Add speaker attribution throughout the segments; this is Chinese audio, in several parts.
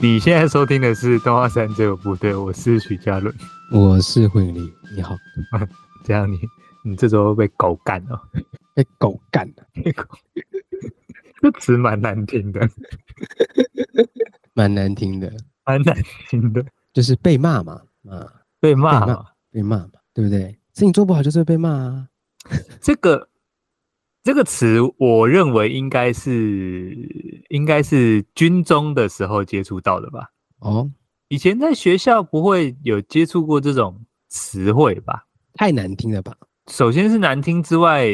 Speaker 1: 你现在收听的是《动画三》这个部队，我是许嘉伦。
Speaker 2: 我是惠理，你好。
Speaker 1: 这样你你这周会被狗干哦，
Speaker 2: 被狗干了，
Speaker 1: 这词蛮难听的，
Speaker 2: 蛮难听的，
Speaker 1: 蛮难听的，
Speaker 2: 就是被骂嘛，啊，
Speaker 1: 被骂哦
Speaker 2: 被
Speaker 1: 嘛。
Speaker 2: 骂被骂嘛，对不对？事情做不好就是会被骂啊。
Speaker 1: 这个这个词，我认为应该是应该是军中的时候接触到的吧。
Speaker 2: 哦，
Speaker 1: 以前在学校不会有接触过这种词汇吧？
Speaker 2: 太难听了吧？
Speaker 1: 首先是难听之外，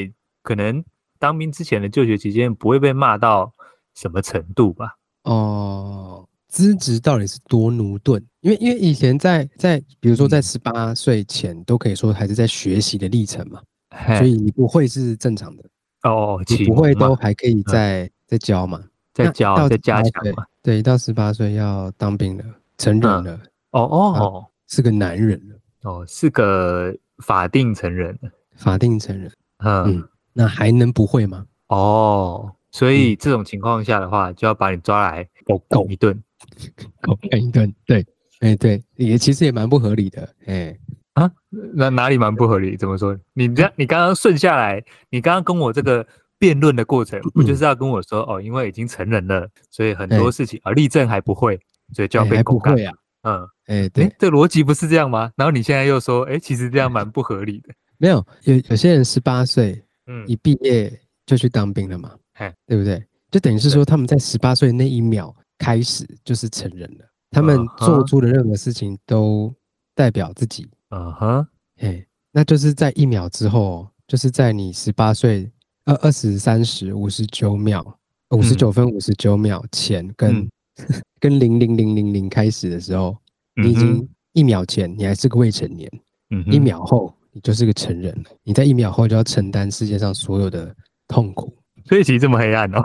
Speaker 1: 可能当兵之前的就学期间不会被骂到什么程度吧？
Speaker 2: 哦，资质到底是多奴钝？因为因为以前在在，比如说在
Speaker 1: 嗯
Speaker 2: 十八岁前，都可以说还是在学习的历程嘛，所
Speaker 1: 嘿
Speaker 2: 以你不会是正常的，
Speaker 1: 哦，
Speaker 2: 你
Speaker 1: 启
Speaker 2: 不会
Speaker 1: 蒙嘛嗯
Speaker 2: 都还可以再再教嘛。
Speaker 1: 在
Speaker 2: 那
Speaker 1: 教
Speaker 2: 到
Speaker 1: 在
Speaker 2: 底
Speaker 1: 加
Speaker 2: 还
Speaker 1: 强
Speaker 2: 对
Speaker 1: 嘛？
Speaker 2: 对，一到十八岁要当兵了，成
Speaker 1: 嗯
Speaker 2: 人了，
Speaker 1: 哦哦
Speaker 2: 是个男人了，
Speaker 1: 哦，是个法定成人，
Speaker 2: 法定成人，
Speaker 1: 嗯
Speaker 2: 嗯那还能不会吗？
Speaker 1: 哦，所以这种情况下的话，就要把你抓来狗
Speaker 2: 狗
Speaker 1: 干一顿
Speaker 2: 狗干一顿，对，哎对，也其实也蛮不合理的，哎，
Speaker 1: 啊？那哪里蛮不合理？怎么说？你这你刚刚顺下来，你刚刚跟我这个辩论的过程，不就是要跟我说哦，因为已经成人了，所以很多
Speaker 2: 对
Speaker 1: 事情啊，立正还不会，所以就要
Speaker 2: 哎
Speaker 1: 被
Speaker 2: 还
Speaker 1: 狗
Speaker 2: 不
Speaker 1: 干。
Speaker 2: 会啊，
Speaker 1: 嗯，
Speaker 2: 哎对
Speaker 1: 诶，，这逻辑不是这样吗？然后你现在又说，哎，其实这样蛮不合理的。
Speaker 2: 没有有有些人十八岁
Speaker 1: 嗯
Speaker 2: 一毕业就去当兵了嘛
Speaker 1: 嘿，
Speaker 2: 对不对？就等于是
Speaker 1: 对
Speaker 2: 说他们在十八岁那一秒开始就是成人了，他们
Speaker 1: 啊哈
Speaker 2: 做出的任何事情都代表自己，
Speaker 1: 嗯哼，
Speaker 2: 哎，那就是在一秒之后，就是在你十八岁二二十三十五十九秒五十九分五十九秒前跟、
Speaker 1: 嗯
Speaker 2: 跟零零零零零开始的时候，你已经一秒前你还是个未成年，
Speaker 1: 嗯
Speaker 2: 一秒后你就是个成人了，你在一秒后就要承担世界上所有的痛苦，
Speaker 1: 哼，所以其实这么黑暗哦。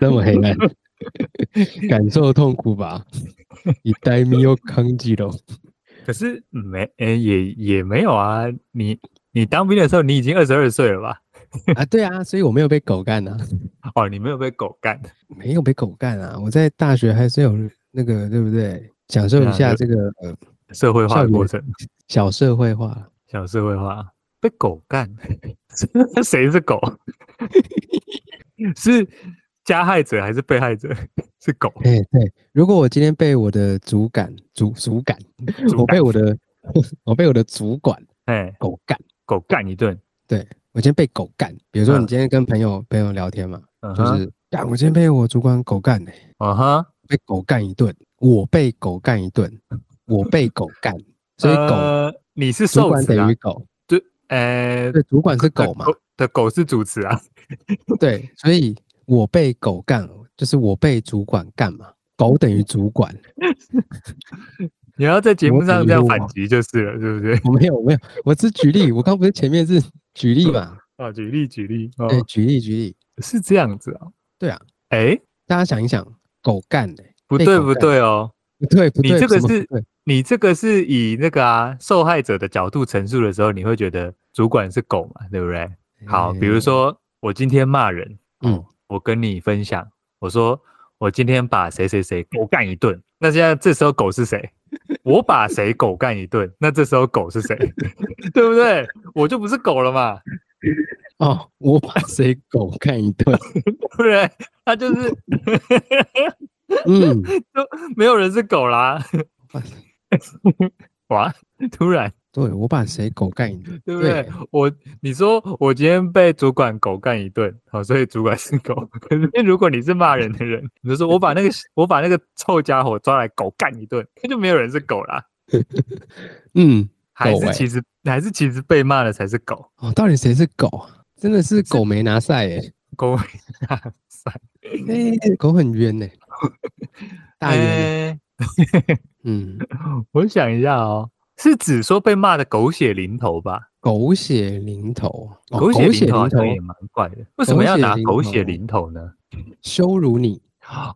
Speaker 2: 这么黑 暗，感受痛苦吧。一代米有康吉隆，
Speaker 1: 可是没，诶、也也没有啊。你你当兵的时候，你已经二十二岁了吧？
Speaker 2: 啊，对啊，所以我没有被狗干啊，
Speaker 1: 哦，你没有被狗干。
Speaker 2: 没有被狗干啊，我在大学还是有那个，对不对？享受
Speaker 1: 对
Speaker 2: 一
Speaker 1: 啊
Speaker 2: 下
Speaker 1: 有
Speaker 2: 这个、呃、
Speaker 1: 社会化
Speaker 2: 校
Speaker 1: 的
Speaker 2: 园
Speaker 1: 过程，
Speaker 2: 小社会化，
Speaker 1: 小社会化，被狗干， 谁是狗？是加害者还是被害者？是狗。
Speaker 2: 哎、对，如果我今天被我的主管、主主管，
Speaker 1: 主
Speaker 2: 我
Speaker 1: 干
Speaker 2: 被我的我被我的主管
Speaker 1: 哎，
Speaker 2: 狗干，
Speaker 1: 狗干一顿，
Speaker 2: 对我今天被狗干。比如说你
Speaker 1: 嗯
Speaker 2: 今天跟朋友、朋友聊天嘛，
Speaker 1: 嗯
Speaker 2: 就
Speaker 1: 哼，
Speaker 2: 是干、我今天被我主管狗干、欸，
Speaker 1: 嗯哼，
Speaker 2: 被狗干一顿，我被狗干一顿，我被狗干，所以狗、
Speaker 1: 呃你是
Speaker 2: 主
Speaker 1: 受
Speaker 2: 管
Speaker 1: 词啊
Speaker 2: 等于？狗，
Speaker 1: 对，呃，
Speaker 2: 对，主管是狗嘛，
Speaker 1: 的狗是主词啊。
Speaker 2: 对，所以我被狗干，就是我被主管干嘛？狗等于主管，
Speaker 1: 你要在节目
Speaker 2: 我
Speaker 1: 上
Speaker 2: 等
Speaker 1: 这样
Speaker 2: 于
Speaker 1: 反
Speaker 2: 我
Speaker 1: 击就是了，对不对？
Speaker 2: 我没有我没有，我只举例，我刚不是前面是举例嘛？
Speaker 1: 啊，举例举例，哦，
Speaker 2: 对，举例举例，
Speaker 1: 是这样子啊。
Speaker 2: 对啊，
Speaker 1: 哎，
Speaker 2: 大家想一想，狗干的、
Speaker 1: 不
Speaker 2: 被
Speaker 1: 对
Speaker 2: 狗
Speaker 1: 不
Speaker 2: 干
Speaker 1: 对哦，
Speaker 2: 不对不
Speaker 1: 你
Speaker 2: 对，
Speaker 1: 这个
Speaker 2: 什么不
Speaker 1: 是
Speaker 2: 对
Speaker 1: 你这个是以那个啊受害者的角度陈述的时候，你会觉得主管是狗嘛，对不对？好，比如，说我今天骂人，
Speaker 2: 嗯
Speaker 1: 嗯，我跟你分享，我说我今天把谁谁谁狗干一顿，那现在这时候狗是谁？我把谁狗干一顿，那这时候狗是谁？ 对不对？我就不是狗了嘛，
Speaker 2: 哎哦，我把谁狗干一顿，
Speaker 1: 对不对？ 他就是
Speaker 2: 嗯，
Speaker 1: 没有人是狗啦。 哇，突然。
Speaker 2: 对，我把谁狗干一顿，
Speaker 1: 对不对
Speaker 2: 对？
Speaker 1: 我你说我今天被主管狗干一顿，好，所以主管是狗。可是如果你是骂人的人，你就说我把那个我把那个臭家伙抓来狗干一顿，那就没有人是狗啦，
Speaker 2: 嗯，
Speaker 1: 还
Speaker 2: 狗
Speaker 1: 是
Speaker 2: 欸
Speaker 1: 其实、还是其实被骂的才是狗。
Speaker 2: 哦，到底谁是狗啊？真的是狗没拿赛耶、
Speaker 1: 狗大赛，
Speaker 2: 哎、狗很 冤呢、大冤欸、
Speaker 1: 哎、
Speaker 2: 嗯，
Speaker 1: 我想一下哦，是指说被骂的狗血淋头吧？
Speaker 2: 狗血淋头，哦
Speaker 1: 狗血
Speaker 2: 淋
Speaker 1: 淋头好像也蛮怪的，为什
Speaker 2: 狗
Speaker 1: 么要
Speaker 2: 血
Speaker 1: 拿
Speaker 2: 淋
Speaker 1: 狗血
Speaker 2: 头
Speaker 1: 淋头呢？
Speaker 2: 羞辱你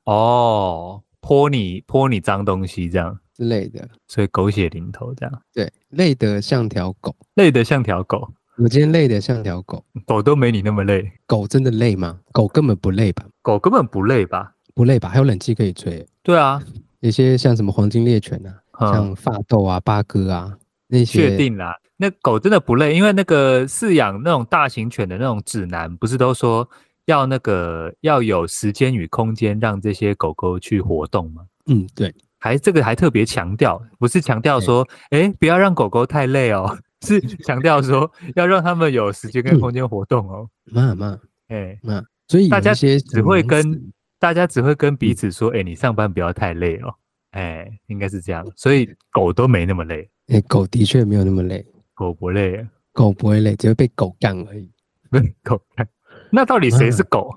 Speaker 1: 哦，泼你泼你脏东西这样。
Speaker 2: 之类的，
Speaker 1: 所以狗血淋头这样，
Speaker 2: 对，累得像条狗。
Speaker 1: 累得像条狗，
Speaker 2: 我今天累得像条狗，
Speaker 1: 狗都没你那么累，
Speaker 2: 狗真的累吗？狗根本不累吧？
Speaker 1: 狗根本不累吧？
Speaker 2: 不累吧？还有冷气可以吹，
Speaker 1: 对啊，
Speaker 2: 一些像什么黄金猎犬啊，
Speaker 1: 嗯，
Speaker 2: 像发豆啊、八哥啊那些，
Speaker 1: 确定啦。那狗真的不累，因为那个饲养那种大型犬的那种指南，不是都说要那个要有时间与空间让这些狗狗去活动吗？
Speaker 2: 嗯，对，
Speaker 1: 还这个还特别强调，不是强调说，哎、不要让狗狗太累哦， 是强调说要让它们有时间跟空间活动哦。
Speaker 2: 嘛嘛
Speaker 1: 哎、
Speaker 2: 嘛，所以
Speaker 1: 大
Speaker 2: 有一
Speaker 1: 家
Speaker 2: 些
Speaker 1: 只会
Speaker 2: 形容词
Speaker 1: 跟大家只会跟
Speaker 2: 嗯
Speaker 1: 彼此说，哎、你上班不要太累哦。哎、应该是这样，所以
Speaker 2: 嗯
Speaker 1: 狗都没那么累，
Speaker 2: 诶狗的确没有那么累，
Speaker 1: 狗不累啊，
Speaker 2: 狗不会累，只会被狗干而已。
Speaker 1: 不是狗。那到底谁是
Speaker 2: 嗯
Speaker 1: 狗？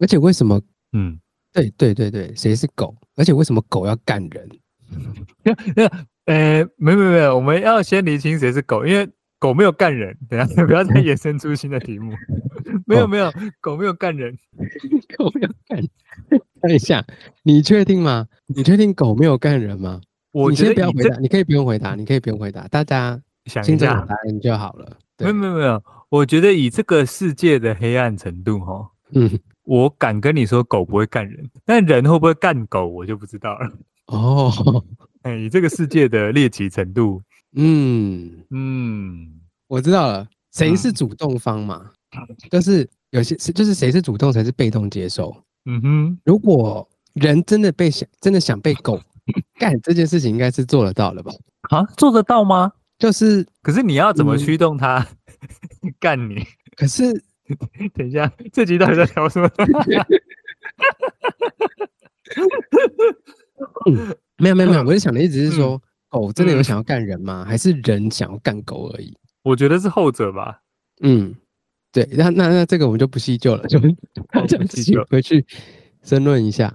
Speaker 2: 而且为什么？
Speaker 1: 嗯，
Speaker 2: 对对对对，谁是狗？而且为什么狗要干人？
Speaker 1: 那呃，没没没有，我们要先厘清谁是狗，因为狗没有干人。等一下 不要再衍生出新的题目。没有
Speaker 2: 哦
Speaker 1: 没有，狗没有干人。
Speaker 2: 狗没有干人，看一下，你确定吗？你确定狗没有干人吗？
Speaker 1: 我
Speaker 2: 你
Speaker 1: 觉
Speaker 2: 先
Speaker 1: 得
Speaker 2: 不要
Speaker 1: 以
Speaker 2: 回
Speaker 1: 这
Speaker 2: 答，你可以不用回答，你可以不用回答，大家
Speaker 1: 想一
Speaker 2: 心中有
Speaker 1: 下，
Speaker 2: 答案就好了。
Speaker 1: 没有
Speaker 2: 对，
Speaker 1: 没有没有，我觉得以这个世界的黑暗程度哈，
Speaker 2: 嗯，
Speaker 1: 我敢跟你说狗不会干人，但人会不会干狗我就不知道了。
Speaker 2: 哦，
Speaker 1: 哎，以这个世界的猎奇程度，
Speaker 2: 嗯，
Speaker 1: 嗯，
Speaker 2: 我知道了，谁是
Speaker 1: 嗯
Speaker 2: 主动方嘛？ 就是有些是就是谁是主动，谁是被动接受。
Speaker 1: 嗯哼，
Speaker 2: 如果人真的被想真的想被 狗干这件事情，应该是做得到了吧？
Speaker 1: 啊，做得到吗？
Speaker 2: 就是，
Speaker 1: 可是你要怎么
Speaker 2: 嗯
Speaker 1: 驱动它 干你？
Speaker 2: 可是
Speaker 1: 等一下，这集到底在聊什么？
Speaker 2: 没有没有没有，我就想的意思是
Speaker 1: 嗯
Speaker 2: 说，狗真的有
Speaker 1: 嗯
Speaker 2: 想要干人吗？还是人想要干狗而已？
Speaker 1: 我觉得是后者吧。
Speaker 2: 嗯，对，那那那这个我们就不细 究了，就大家
Speaker 1: 不
Speaker 2: 自
Speaker 1: 细
Speaker 2: 己
Speaker 1: 究
Speaker 2: 回去争论一下，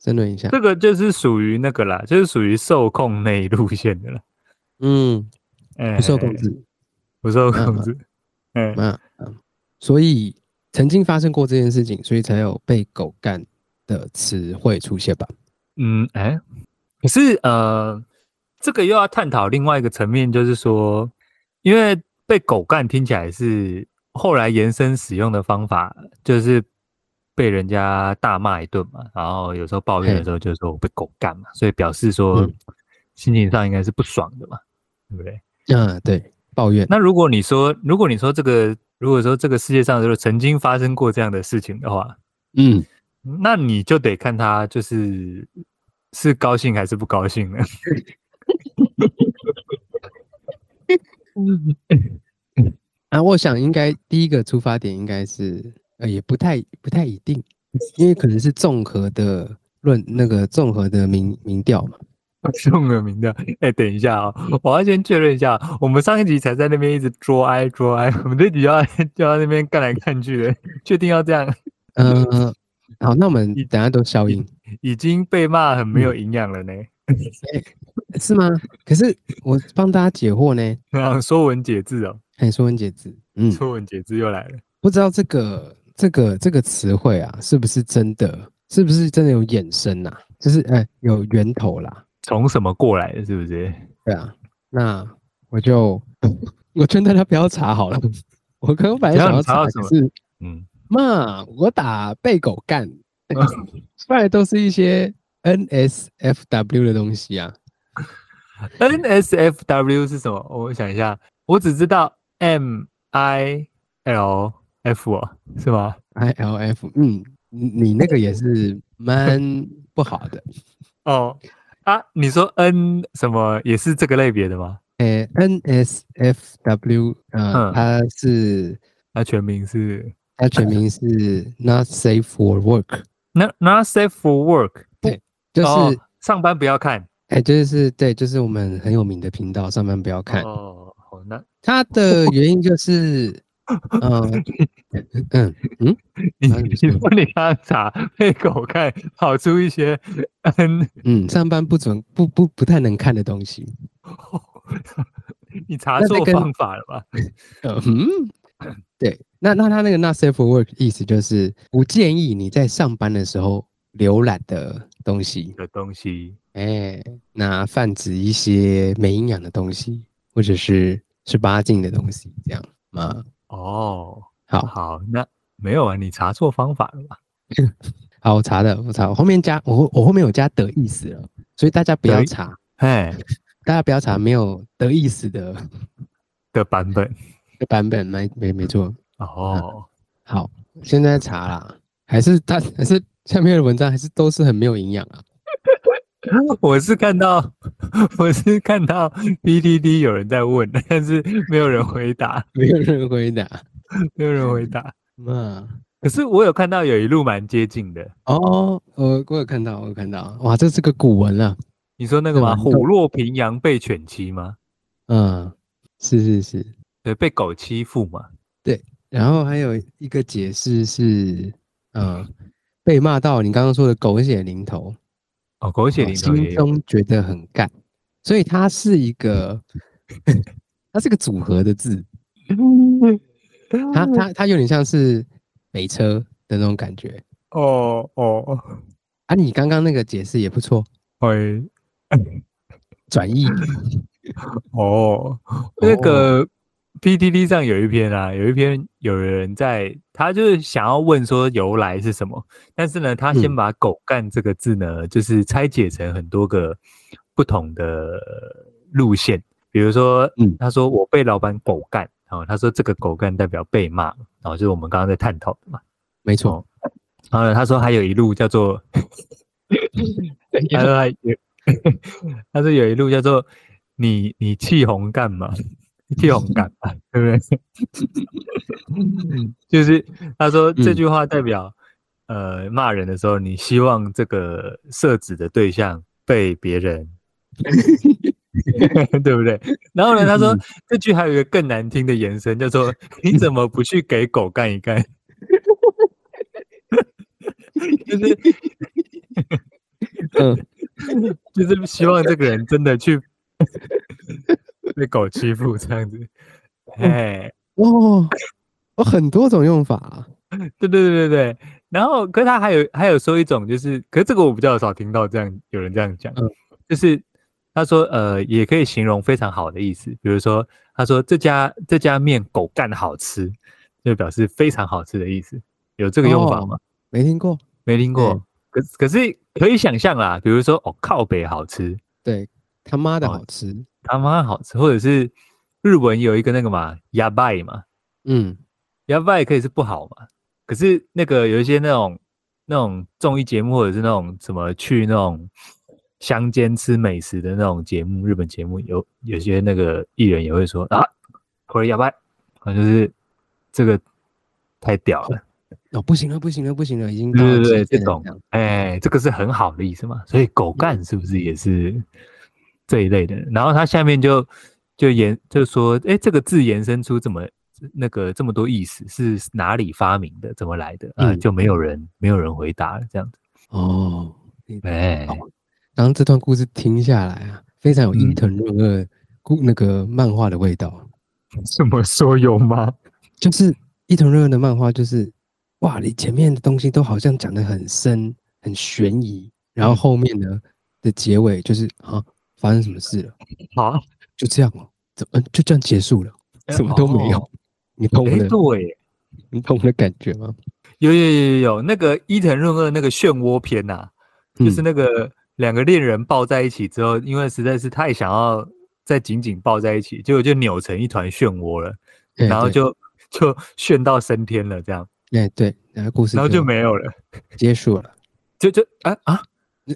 Speaker 2: 争论一下。
Speaker 1: 这个就是属于那个啦，就是属于受控那一路线的了。
Speaker 2: 嗯，
Speaker 1: 哎，
Speaker 2: 不受控，制。
Speaker 1: 不受
Speaker 2: 嗯
Speaker 1: 控制。嗯
Speaker 2: 那嗯，所以曾经发生过这件事情，所以才有被狗干的词汇出现吧？
Speaker 1: 嗯，哎，可是呃，这个又要探讨另外一个层面，就是说，因为被狗干听起来是后来延伸使用的方法，就是被人家大骂一顿嘛，然后有时候抱怨的
Speaker 2: 嘿
Speaker 1: 时候就说我被狗干嘛，所以表示说
Speaker 2: 嗯
Speaker 1: 心情上应该是不爽的嘛，对不对？
Speaker 2: 啊，对，抱怨。
Speaker 1: 那如果你说，如果你说这个，如果说这个世界上就是曾经发生过这样的事情的话，
Speaker 2: 嗯，
Speaker 1: 那你就得看他就是是高兴还是不高兴了。
Speaker 2: 啊，我想应该第一个出发点应该是，呃，也不太不太一定，因为可能是综合的论那个综合的民民调嘛。
Speaker 1: 中了名的，哎、等一下啊、我要先确认一下，我们上一集才在那边一直捉哀捉哀， 我们这集就要就要那边干来干去的，确定要这样，
Speaker 2: 嗯、好，那我们等下都消音，
Speaker 1: 已经被骂很没有营养了呢。
Speaker 2: 是吗？可是我帮大家解惑呢，
Speaker 1: 啊， 说文解字哦，
Speaker 2: 很说文解字。嗯，
Speaker 1: 说文解字又来了。
Speaker 2: 不知道这个这个这个词汇啊，是不是真的？是不是真的有衍生呐、就是哎、有源头啦，
Speaker 1: 从什么过来的？是不是？
Speaker 2: 对啊。那我就我劝大家不要查好了。我刚刚本来
Speaker 1: 等一下
Speaker 2: 想要
Speaker 1: 你查
Speaker 2: 查
Speaker 1: 到，什
Speaker 2: 可
Speaker 1: 么
Speaker 2: 是
Speaker 1: 嗯，
Speaker 2: 嘛，我打被狗干，
Speaker 1: 嗯
Speaker 2: 出来都是一些 NSFW 的东西啊。
Speaker 1: NSFW 是什么？我想一下，我只知道 M I L F 哦，是吗？
Speaker 2: ILF，嗯，你你那个也是蛮不好的。
Speaker 1: 哦啊，你说 N 什么也是这个类别的吗？
Speaker 2: 诶、NSFW，呃，
Speaker 1: 嗯
Speaker 2: 它是
Speaker 1: 它啊全名是
Speaker 2: 它全名是 Not Safe for Work，
Speaker 1: Not Not Safe for Work，不
Speaker 2: 对就是哎、
Speaker 1: 哦上班不要看。
Speaker 2: 就是对，就是我们很有名的频道，上班不要看。
Speaker 1: 哦，好，那
Speaker 2: 它的原因就是， 呃，嗯嗯，
Speaker 1: 你
Speaker 2: 那你
Speaker 1: 你
Speaker 2: 说
Speaker 1: 说你刚刚查被狗看，跑出一些 N，
Speaker 2: 嗯，上班不准不不不太能看的东西。
Speaker 1: 你查
Speaker 2: 那这
Speaker 1: 错
Speaker 2: 跟
Speaker 1: 方法了吧？
Speaker 2: 呃嗯，对，那那它那个 Not Safe for Work 意思就是不建议你在上班的时候浏览的东西。
Speaker 1: 的东西，
Speaker 2: 哎，那泛指一些没营养的东西，或者是十八禁的东西，这样嘛？
Speaker 1: 哦，
Speaker 2: 好，
Speaker 1: 好，那没有啊，你查错方法了吧？
Speaker 2: 好，我查的，我查，我后面加我后我后面有加的意思了，所以大家不
Speaker 1: 的
Speaker 2: 要
Speaker 1: 意
Speaker 2: 查，
Speaker 1: 嘿
Speaker 2: 大家不要查没有的意思的
Speaker 1: 的版本
Speaker 2: 的版本，没没没错。
Speaker 1: 哦，
Speaker 2: 好，现在查啦，还是他还是下面的文章还是都是很没有营养啊。嗯
Speaker 1: 我是看到我是看到 PDD 有人在问，但是没有人回答，
Speaker 2: 没有人回答。
Speaker 1: 没有人回答。
Speaker 2: 那
Speaker 1: 可是我有看到有一路蛮接近的，
Speaker 2: 哦，我我有看到，我有看到，哇，这是个古文啊。
Speaker 1: 你说那个
Speaker 2: 是
Speaker 1: 吗？
Speaker 2: 吗
Speaker 1: 虎落平阳被犬欺吗？
Speaker 2: 嗯，是是是。
Speaker 1: 对，被狗欺负嘛？
Speaker 2: 然后还有一个解释是，嗯，被骂到你刚刚说的狗血淋头，
Speaker 1: 哦，狗
Speaker 2: 啊
Speaker 1: 血淋头也
Speaker 2: 心
Speaker 1: 有。
Speaker 2: 中觉得很干，所以它是一 个，它是个组合的字，它它它有点像是北车的那种感觉
Speaker 1: 哦哦，哎
Speaker 2: 啊。你刚刚那个解释也不错，
Speaker 1: 会
Speaker 2: 转译
Speaker 1: 哦，那
Speaker 2: 哦
Speaker 1: 个 PDD 上有一篇啊，有一篇有人在，他就是想要问说由来是什么，但是呢，他先
Speaker 2: 嗯
Speaker 1: 把“狗干”这个字呢，就是拆解成很多个不同的路线，比如说，
Speaker 2: 嗯
Speaker 1: 他说我被老板狗干，然后他说这个狗干代表被骂，然后就是我们刚刚在探讨的嘛，
Speaker 2: 没
Speaker 1: 哦
Speaker 2: 错。
Speaker 1: 然后呢，他说还有一路叫 做 他说他有，他说有一路叫做你你气红干嘛？气红干嘛？ 对不对？ 就是他说这
Speaker 2: 嗯
Speaker 1: 句话代表，呃，骂人的时候，你希望这个设指的对象被别 人。对不对？然后呢？他说、
Speaker 2: 嗯
Speaker 1: 这句还有一个更难听的延伸，叫做“你怎么不去给狗干一干”，就是
Speaker 2: 嗯，
Speaker 1: 就是希望这个人真的 去被狗欺负这样 子。哎，
Speaker 2: 哦，有很多种用法、啊。
Speaker 1: 对对对对对。然后，可是他还有还有说一种，就是，可是这个我比较少听到这样有人这样讲，
Speaker 2: 嗯
Speaker 1: 就是他说呃，也可以形容非常好的意思，比如说他说这家这家面狗干好吃，就表示非常好吃的意思，有这个用法
Speaker 2: 哦
Speaker 1: 吗？
Speaker 2: 没听过。
Speaker 1: 没听过
Speaker 2: 嗯。
Speaker 1: 可可是可以想象啦，比如说哦，靠北好吃，
Speaker 2: 对，他妈的
Speaker 1: 哦
Speaker 2: 好吃。
Speaker 1: 他妈好吃，或者是日文有一个那个嘛，やばい嘛，
Speaker 2: 嗯，
Speaker 1: やばい可以是不好嘛，可是那个有一些那种那种综艺节目，或者是那种什么去那种乡间吃美食的那种节目，日本节目有有些那个艺人也会说啊，これやばい，啊就是这个太屌了，
Speaker 2: 哦，不行了，不行了，不行了，已经到
Speaker 1: 对
Speaker 2: 了
Speaker 1: 对对，
Speaker 2: 极
Speaker 1: 这
Speaker 2: 限了
Speaker 1: 种哎，这个是很好的意思嘛，所以
Speaker 2: 嗯
Speaker 1: 狗干是不是也是这一类的？然后它下面就就延就说，哎，这个字延伸出怎么那个这么多意思，是哪里发明的，怎么来的？啊，
Speaker 2: 嗯
Speaker 1: 就没有人没有人回答了，这样子，
Speaker 2: 哦。你
Speaker 1: 哎，
Speaker 2: 好刚刚这段故事听下来啊，非常有伊
Speaker 1: 嗯
Speaker 2: 藤润二故那个漫画的味道，
Speaker 1: 这么说有 吗？
Speaker 2: 就是伊藤润二的漫画就是，哇，你前面的东西都好像讲得很深、很悬疑，然后
Speaker 1: 嗯
Speaker 2: 后面呢的结尾就是啊，发生什么事了？
Speaker 1: 好，
Speaker 2: 就这样哦，怎么就这样结束了？
Speaker 1: 哎
Speaker 2: 啊什么都没有
Speaker 1: 哦，
Speaker 2: 你懂我
Speaker 1: 哎，
Speaker 2: 的，
Speaker 1: 对，
Speaker 2: 你懂我的感觉吗？
Speaker 1: 有有有有有那个伊藤润二那个漩涡篇呐、就是
Speaker 2: 嗯
Speaker 1: 那个两个恋人抱在一起之后，因为实在是太想要再紧紧抱在一起，结果就扭成一团漩涡了，
Speaker 2: 哎
Speaker 1: 然后
Speaker 2: 对
Speaker 1: 就就炫到升天了，这样，
Speaker 2: 哎对，然后故事
Speaker 1: 然后就没有了，
Speaker 2: 结束了。
Speaker 1: 就就啊啊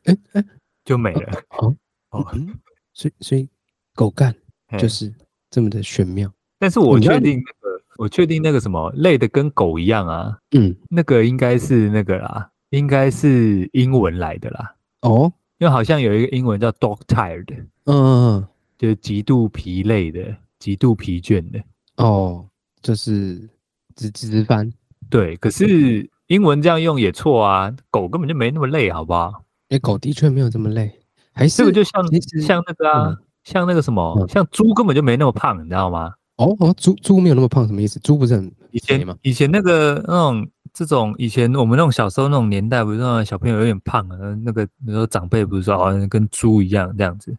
Speaker 2: 哎哎，
Speaker 1: 就没了，
Speaker 2: 好
Speaker 1: 哦
Speaker 2: 嗯，所以所以狗干
Speaker 1: 嘿
Speaker 2: 就是这么的玄妙。
Speaker 1: 但是我
Speaker 2: 你要
Speaker 1: 确定那个，我确定那个什么累的跟狗一样啊，
Speaker 2: 嗯，
Speaker 1: 那个应该是那个啦，应该是英文来的啦，
Speaker 2: 哦，
Speaker 1: 因为好像有一个英文叫 dog tired，
Speaker 2: 嗯
Speaker 1: 就是极度疲累的、极度疲倦的。
Speaker 2: 哦，就是直直翻。
Speaker 1: 对，可
Speaker 2: 嗯
Speaker 1: 是英文这样用也错啊，狗根本就没那么累，好不好？
Speaker 2: 哎，狗的确没有这么累，还是
Speaker 1: 这个就像
Speaker 2: 其实
Speaker 1: 像那个啊，
Speaker 2: 嗯
Speaker 1: 像那个什么，
Speaker 2: 嗯
Speaker 1: 像猪根本就没那么胖，你知道吗？
Speaker 2: 哦哦，猪猪没有那么胖，什么意思？猪不是很
Speaker 1: 以
Speaker 2: 肥
Speaker 1: 前
Speaker 2: 吗？
Speaker 1: 以前那个那种这种以前我们那种小时候那种年代，不是那种小朋友有点胖啊，那个那时候长辈不是说好像跟猪一样这样子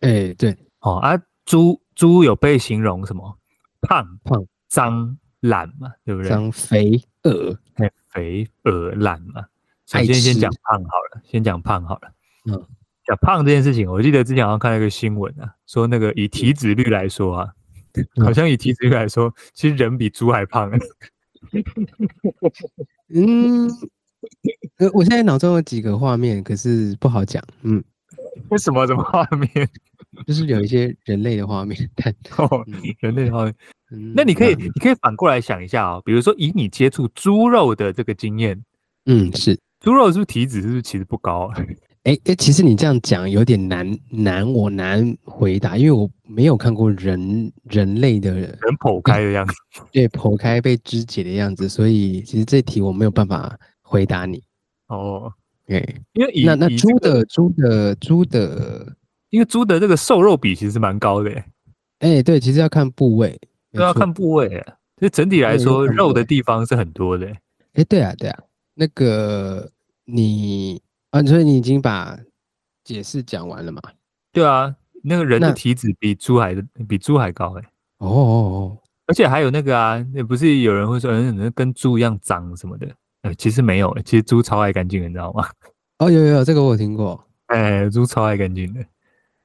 Speaker 2: 哎，对，
Speaker 1: 哦啊，猪猪有被形容什么胖
Speaker 2: 胖、
Speaker 1: 脏、懒嘛，对不对？
Speaker 2: 长肥鹅，
Speaker 1: 哎肥、耳、懒嘛。首
Speaker 2: 爱
Speaker 1: 先先
Speaker 2: 吃
Speaker 1: 讲胖好了，先讲胖好了。
Speaker 2: 嗯，
Speaker 1: 讲胖这件事情，我记得之前好像看了一个新闻啊，说那个以体脂率来说啊，好像以体脂率来说，其实人比猪还胖。
Speaker 2: 嗯，呃，我现在脑中有几个画面，可是不好讲。嗯，
Speaker 1: 为什么？什么画面？
Speaker 2: 就是有一些人类的画面，但
Speaker 1: 哦
Speaker 2: 嗯，
Speaker 1: 人类的画面。
Speaker 2: 嗯
Speaker 1: 那你可以，
Speaker 2: 啊
Speaker 1: 你可以反过来想一下哦，比如说以你接触猪肉的这个经验，
Speaker 2: 嗯是，
Speaker 1: 猪肉是不是体脂是不是其实不高啊？
Speaker 2: 哎哎，其实你这样讲有点难难，我难回答，因为我没有看过人人类的
Speaker 1: 人剖开的样子。
Speaker 2: 被剖开被肢解的样子，所以其实这题我没有办法回答你。
Speaker 1: 哦，
Speaker 2: 哎，
Speaker 1: 因为以
Speaker 2: 那那
Speaker 1: 以这
Speaker 2: 猪
Speaker 1: 个
Speaker 2: 的猪的猪的，
Speaker 1: 因为猪的这个瘦肉比其实蛮高的耶，
Speaker 2: 哎对，其实要看部位，没
Speaker 1: 都要
Speaker 2: 错
Speaker 1: 啊看部位耶。所以整体来
Speaker 2: 对要
Speaker 1: 说，
Speaker 2: 看
Speaker 1: 肉
Speaker 2: 部
Speaker 1: 的
Speaker 2: 位
Speaker 1: 地方是很多的耶。欸
Speaker 2: 哎、对啊，对啊，那个你啊，所以你已经把解释讲完了嘛？
Speaker 1: 对啊，那个人的
Speaker 2: 那
Speaker 1: 体脂比猪还比猪还高哎，
Speaker 2: 哦哦
Speaker 1: 而且还有那个啊，那不是有人会说，嗯，你跟猪一样脏什么的，呃，其实没有耶，其实猪超爱干净的，你知道吗？
Speaker 2: 哦，哦，有有有，这个我有听过。
Speaker 1: 哎，猪超爱干净的，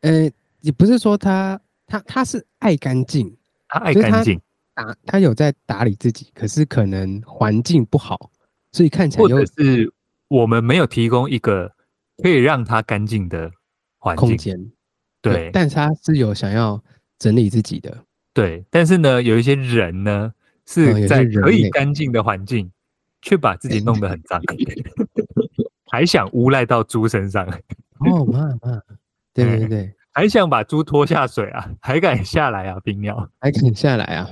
Speaker 2: 呃，你不是说他他他是爱干净，
Speaker 1: 它爱
Speaker 2: 所以它
Speaker 1: 干净，
Speaker 2: 打他有在打理自己，可是可能环境不好，所以看起来
Speaker 1: 或
Speaker 2: 又
Speaker 1: 者是我们没有提供一个可以让它干净的环
Speaker 2: 空
Speaker 1: 境。
Speaker 2: 间
Speaker 1: 对
Speaker 2: 但是他是有想要整理 自己的，
Speaker 1: 对，但是呢，有一些人呢
Speaker 2: 嗯有
Speaker 1: 是
Speaker 2: 些
Speaker 1: 在
Speaker 2: 人
Speaker 1: 可以
Speaker 2: 类
Speaker 1: 干净的环境，却把自己弄得很脏， 还想诬赖到猪身上。
Speaker 2: 哦妈妈，对对
Speaker 1: 嗯
Speaker 2: 对，
Speaker 1: 还想把猪拖下水啊，还敢下来啊，冰鸟。
Speaker 2: 还肯下来啊？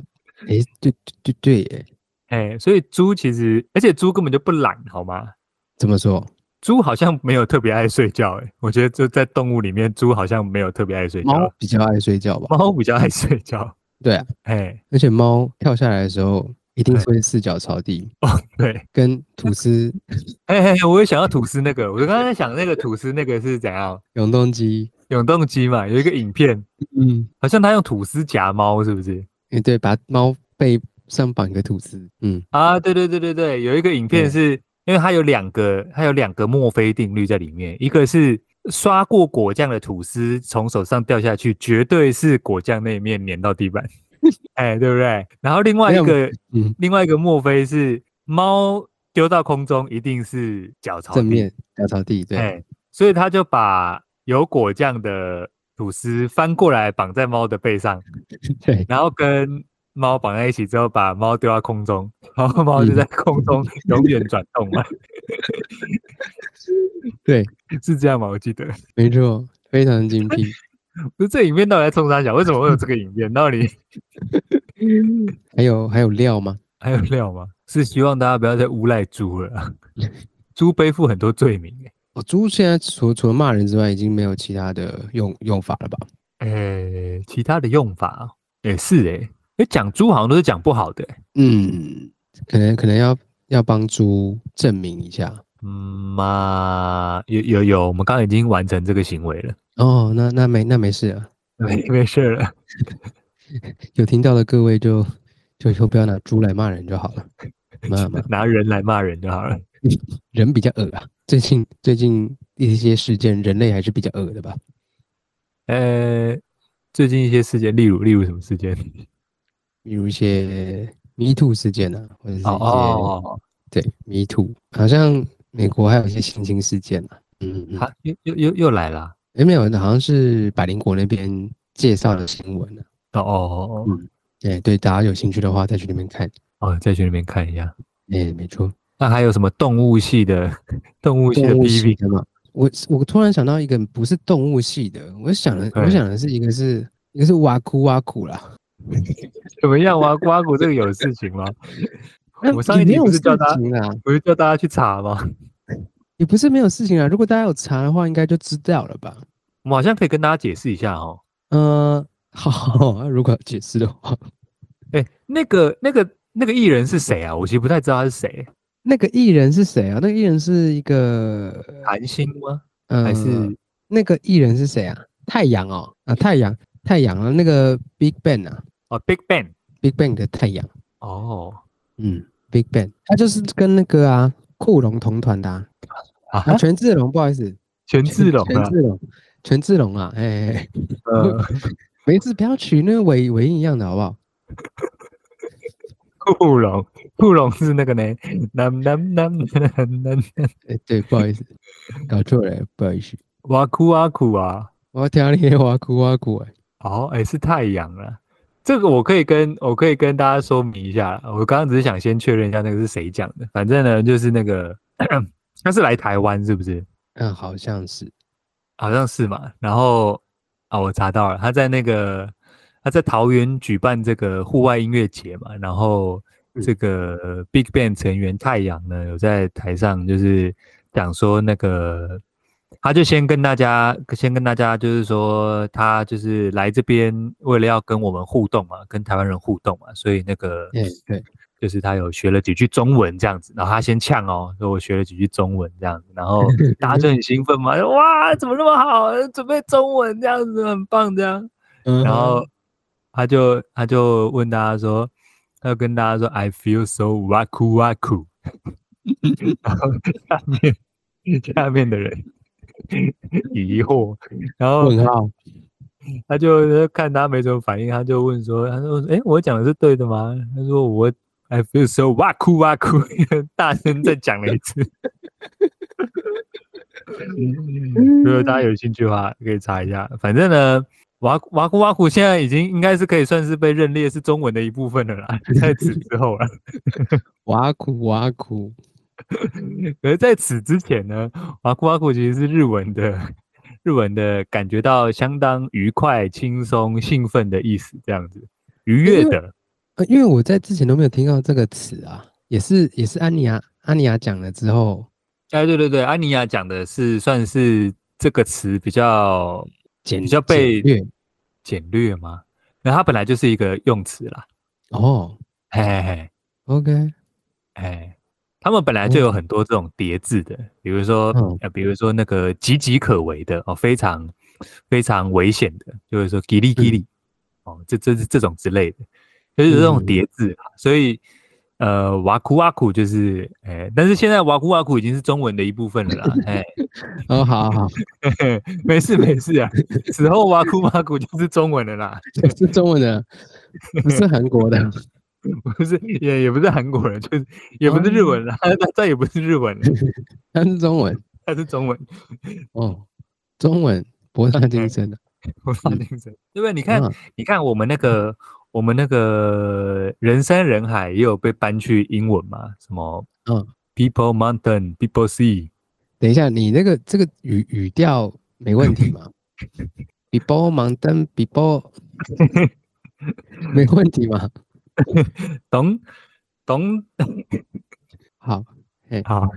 Speaker 2: 哎，对对对对耶，
Speaker 1: 哎、所以猪其实，而且猪根本就不懒，好吗？
Speaker 2: 怎么说？
Speaker 1: 猪好像没有特别爱睡觉、哎，我觉得就在动物里面，猪好像没有特别爱睡
Speaker 2: 猫
Speaker 1: 觉，
Speaker 2: 比较爱睡觉吧？
Speaker 1: 猫比较爱睡觉。
Speaker 2: 对啊，
Speaker 1: 哎、
Speaker 2: 而且猫跳下来的时候一定
Speaker 1: 对
Speaker 2: 是会四脚朝地，
Speaker 1: 对，
Speaker 2: 跟吐司、
Speaker 1: 哎、哎，我也想要吐司那个，我刚刚在想那个吐司那个是怎样，
Speaker 2: 永动 机，
Speaker 1: 永动机嘛，有一个影片，
Speaker 2: 嗯，
Speaker 1: 好像他用吐司夹猫，是不是？
Speaker 2: 诶对，把猫背上绑一个吐司，嗯，
Speaker 1: 啊，对对对对对，有一个影片
Speaker 2: 对
Speaker 1: 是因为它有两个，它有两个墨菲定律在里面，一个是刷过果酱的吐司从手上掉下去，绝对是果酱那一面粘到 地板，哎，对不对？然后另外
Speaker 2: 没
Speaker 1: 一
Speaker 2: 有
Speaker 1: 个，
Speaker 2: 嗯
Speaker 1: 另外一个墨菲是猫丢到空中一定是脚朝
Speaker 2: 正
Speaker 1: 地，
Speaker 2: 面脚朝地，对，
Speaker 1: 哎，所以他就把有果酱的吐司翻过来绑在猫的背上，
Speaker 2: 对，
Speaker 1: 然后跟猫绑在一起之后，把猫丢到空中，然后猫就
Speaker 2: 嗯
Speaker 1: 在空 中永远转动嘛。
Speaker 2: 对，
Speaker 1: 是这样吗？我记得，
Speaker 2: 没错，非常精
Speaker 1: 哎
Speaker 2: 辟，
Speaker 1: 不是这影片到底在冲啥小？为什么会有这个影片？到 底
Speaker 2: 还有还有料吗？
Speaker 1: 还有料吗？是希望大家不要再诬赖猪了啊，猪背负很多罪名欸
Speaker 2: 哦，猪现在除除了骂人之外，已经没有其他的用用法了吧？
Speaker 1: 诶、其他的用法哦也、是诶、欸，诶讲猪好像都是讲不好的欸、
Speaker 2: 嗯，可能可能要要帮猪证明一下。
Speaker 1: 嗯嘛，有有有，我们刚刚已经完成这个行为了，
Speaker 2: 哦，那那没那没事了，
Speaker 1: 没没事了。
Speaker 2: 有听到的各位就就以后不要拿猪来骂人就好了，骂骂
Speaker 1: 拿人来骂人就好了。
Speaker 2: 人比较恶啊。最近最近一些事件，人类还是比较恶的吧？
Speaker 1: 呃，最近一些事件，例如例如什么事件？
Speaker 2: 比如一些 Me Too 事件啊，或者是一些、
Speaker 1: 哦
Speaker 2: 对 Me Too，好像美国还有一些性侵事件啊。嗯，嗯
Speaker 1: 他又又又又来了。
Speaker 2: 诶没有，好像是百灵果那边介绍的新闻啊。
Speaker 1: 哦哦哦
Speaker 2: 哎，对，大家有兴趣的话再去那边看。
Speaker 1: 哦，哦，在群里面看一下。
Speaker 2: 哎，没错，
Speaker 1: 那还有什么动物系的 动物系的
Speaker 2: 动物系
Speaker 1: BB？
Speaker 2: 的嘛。我我突然想到一个不是动物系的，我想的我
Speaker 1: 对
Speaker 2: 想的是一个是一个是挖苦挖苦啦。
Speaker 1: 怎么样？挖挖苦这个有事 情吗？ 我上
Speaker 2: 你
Speaker 1: 一
Speaker 2: 没
Speaker 1: 题
Speaker 2: 有
Speaker 1: 不是
Speaker 2: 事
Speaker 1: 叫大家，
Speaker 2: 情啦，
Speaker 1: 不是叫大家去查吗？
Speaker 2: 也不是没有事情啊。如果大家有查的话，应该就知道了吧？
Speaker 1: 我们好像可以跟大家解释一下哦。
Speaker 2: 嗯、好， 如果要解释的话，
Speaker 1: 哎，那个那个那个艺人是谁啊？我其实不太知道他是谁，
Speaker 2: 那个艺人是谁啊？那个艺人是一个
Speaker 1: 韩星吗？
Speaker 2: 呃，
Speaker 1: 还是
Speaker 2: 那个艺人是谁啊？太阳哦，啊，太阳，太阳啊，那个 Big Bang 啊
Speaker 1: 哦，Big Bang？
Speaker 2: ，Big Bang 的太阳，
Speaker 1: 哦，
Speaker 2: 嗯，Big Bang，他就是跟那个啊酷龙同团的、啊，
Speaker 1: 啊，
Speaker 2: 啊，权志龙，不好意思，
Speaker 1: 权志龙
Speaker 2: 权
Speaker 1: 啊，
Speaker 2: 志龙，权志龙啊，哎、哎，
Speaker 1: 呃，
Speaker 2: 没事，不要取那个尾尾音一样的好不好？
Speaker 1: 库龙，库龙是那个呢，南南 南南南，
Speaker 2: 哎、对，不好意思， 搞错了，不好意思，
Speaker 1: 哇酷啊酷啊，
Speaker 2: 我要听你的哇哭哇哭哎，
Speaker 1: 哦，哎、是太阳了。这个我可以跟我可以跟大家说明一下啦，我刚刚只是想先确认一下那个是谁讲的。反正呢，就是那个 他是来台湾是不是？
Speaker 2: 嗯，好像是，
Speaker 1: 好像是嘛。然后啊，我查到了，他在那个他在桃园举办这个户外音乐节嘛，然后这个 Big Bang 成员太阳呢有在台上就是讲说那个。他就先跟大家，先跟大家就是说，他就是来这边为了要跟我们互动嘛，跟台湾人互动嘛，所以那个
Speaker 2: 哎、对，
Speaker 1: 就是他有学了几句中文这样子，然后他先呛哦，说我学了几句中文这样子，然 后大家就很兴奋嘛，就哇，怎么那么好，准备中文这样子很棒这样，
Speaker 2: 嗯
Speaker 1: 然后他就他就问大家说，他就跟大家说 I feel so waku waku，然后下面下面的人 疑惑，然后
Speaker 2: 嗯问号，
Speaker 1: 他就看他没什么反应，他就问说：“他说，哎、我讲的是对的吗？”他说：“我 I feel so 哇哭哇哭， 大声再讲了一次。”如果大家
Speaker 2: 嗯
Speaker 1: 有兴趣的话，可以查一下。反正呢，哇哇哭哇哭现在已经应该是可以算是被认列是中文的一部分了啦，在此之后了。
Speaker 2: 哇哭哇哭，
Speaker 1: 可是在此之前呢，哇酷哇酷其实是日文的，日文的感觉到相当愉快、轻松、兴奋的意思，这样子愉悦的。
Speaker 2: 呃，因为我在之前都没有听到这个词啊，也是也是安妮亚安妮亚讲了之后，
Speaker 1: 哎，对对对，安妮亚讲的是算是这个词比较
Speaker 2: 简
Speaker 1: 比较被
Speaker 2: 简略
Speaker 1: 简略吗？那它本来就是一个用词啦，
Speaker 2: 哦
Speaker 1: 嘿嘿嘿，
Speaker 2: ，OK，
Speaker 1: 哎，他们本来就有很多这种叠字的，比如说、
Speaker 2: 嗯
Speaker 1: 呃，比如说那个岌岌可危的哦，非常非常危险的，就是说吉利
Speaker 2: 嗯
Speaker 1: 吉利哦，这这这种之类的，就是这种
Speaker 2: 嗯
Speaker 1: 叠字啦、所以呃，哇酷哇酷就是哎，但是现在哇酷哇酷已经是中文的一部分了啦， 哎，
Speaker 2: 哦，好好，好
Speaker 1: 没事没事啊，此后哇酷哇酷就是中文的啦，
Speaker 2: 是中文的，不是韩国的，
Speaker 1: 不是也也不是韩国人，就是也不是日
Speaker 2: 哦
Speaker 1: 文啦， 它它也不是日文了，
Speaker 2: 它是中文
Speaker 1: 它是中文。
Speaker 2: 哦，中文博大精深的，
Speaker 1: 我发
Speaker 2: 嗯
Speaker 1: 精神， 对不嗯对？你看，
Speaker 2: 啊
Speaker 1: 你看我们那个，我们那个人山人海也有被搬去英文嘛？什么，
Speaker 2: 嗯
Speaker 1: ，People Mountain, People Sea，
Speaker 2: 等一下，你那个这个语语调没问题吗？People mountain people，没问题吗？
Speaker 1: 懂懂，
Speaker 2: 好，
Speaker 1: 好，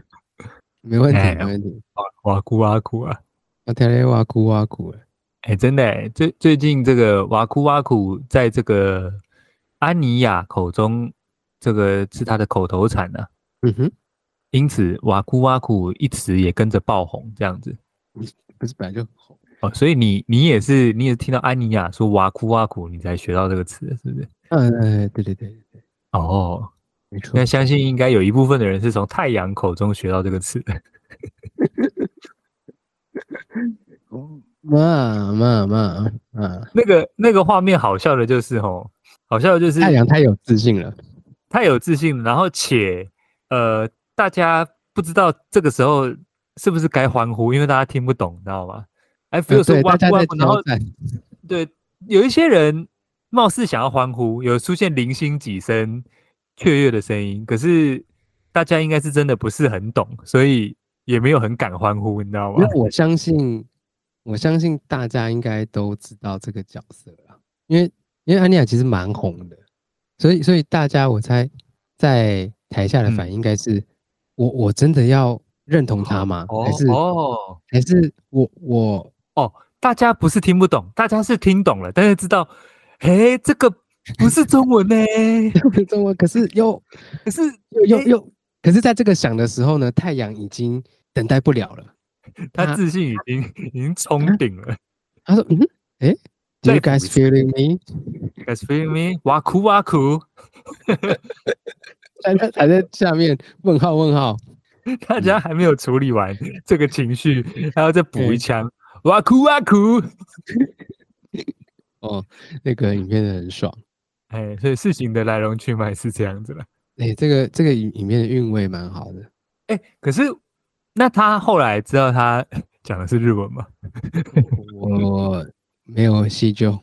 Speaker 2: 没问题，
Speaker 1: 哎
Speaker 2: 没问题。
Speaker 1: 哇酷哇酷啊！
Speaker 2: 我跳嘞哇哭哇哭了，
Speaker 1: 哎，真的哎，最最近这个哇酷哇酷，在这个安妮亚口中，这个是她的口头禅呢、
Speaker 2: 嗯哼，
Speaker 1: 因此，哇酷哇酷一词也跟着爆红，这样子。
Speaker 2: 不是本来就红，
Speaker 1: 哦，所以你你也是你也是听到安妮亚说哇酷哇酷，你才学到这个词的，是不是？
Speaker 2: 嗯、呃，对对对，
Speaker 1: 哦，
Speaker 2: 没错
Speaker 1: 那，相信应该有一部分的人是从太阳口中学到这个词 的。
Speaker 2: 嘛嘛嘛啊，
Speaker 1: 那个那个画面好笑的就是哦，好笑的就是
Speaker 2: 太阳太有自信了，
Speaker 1: 太有自信了，然后且呃，大家不知道这个时候是不是该欢呼，因为大家听不懂，你知道吗？I
Speaker 2: 呃
Speaker 1: feel so
Speaker 2: 对，大
Speaker 1: what
Speaker 2: 家在
Speaker 1: what，然后
Speaker 2: 挑战，
Speaker 1: 对，有一些人貌似想要欢呼，有出现零星几声雀跃的声音，可是大家应该是真的不是很懂，所以也没有很敢欢呼，你知道
Speaker 2: 因
Speaker 1: 吗
Speaker 2: 为？我相信，我相信大家应该都知道这个角色啦，因为因为安妮亚其实蛮红的，所以所以大家我猜在台下的
Speaker 1: 嗯
Speaker 2: 反应应该是，我我真的要认同他吗？
Speaker 1: 哦
Speaker 2: 还是、
Speaker 1: 哦
Speaker 2: 还是我我
Speaker 1: 哦，大家不是听不懂，大家是听懂了，但是知道，哎，这个不是中文 呢、
Speaker 2: 中文？可是又
Speaker 1: 可是
Speaker 2: 又又
Speaker 1: 诶
Speaker 2: 又，可是在这个想的时候呢，太阳已经等待不了了。
Speaker 1: 他
Speaker 2: 他
Speaker 1: 自信已经已经冲顶 了。
Speaker 2: 他说：“嗯，诶 d
Speaker 1: 再
Speaker 2: o you
Speaker 1: 补一
Speaker 2: guys
Speaker 1: 次
Speaker 2: feeling me？”
Speaker 1: That's f e e l me，哇哭哇哭，
Speaker 2: 还在还在下面问号问号，
Speaker 1: 大家还没有处理完这个情绪，还要再补一枪，哇哭哇哭！
Speaker 2: 哦，那个影片真的很爽。
Speaker 1: 哎，所以事情的来龙去脉是这样子了。
Speaker 2: 哎、这个这个影影片的韵味蛮好的。
Speaker 1: 哎，可是那他后来知道他讲的是日文 吗？嗯
Speaker 2: 我没有细究，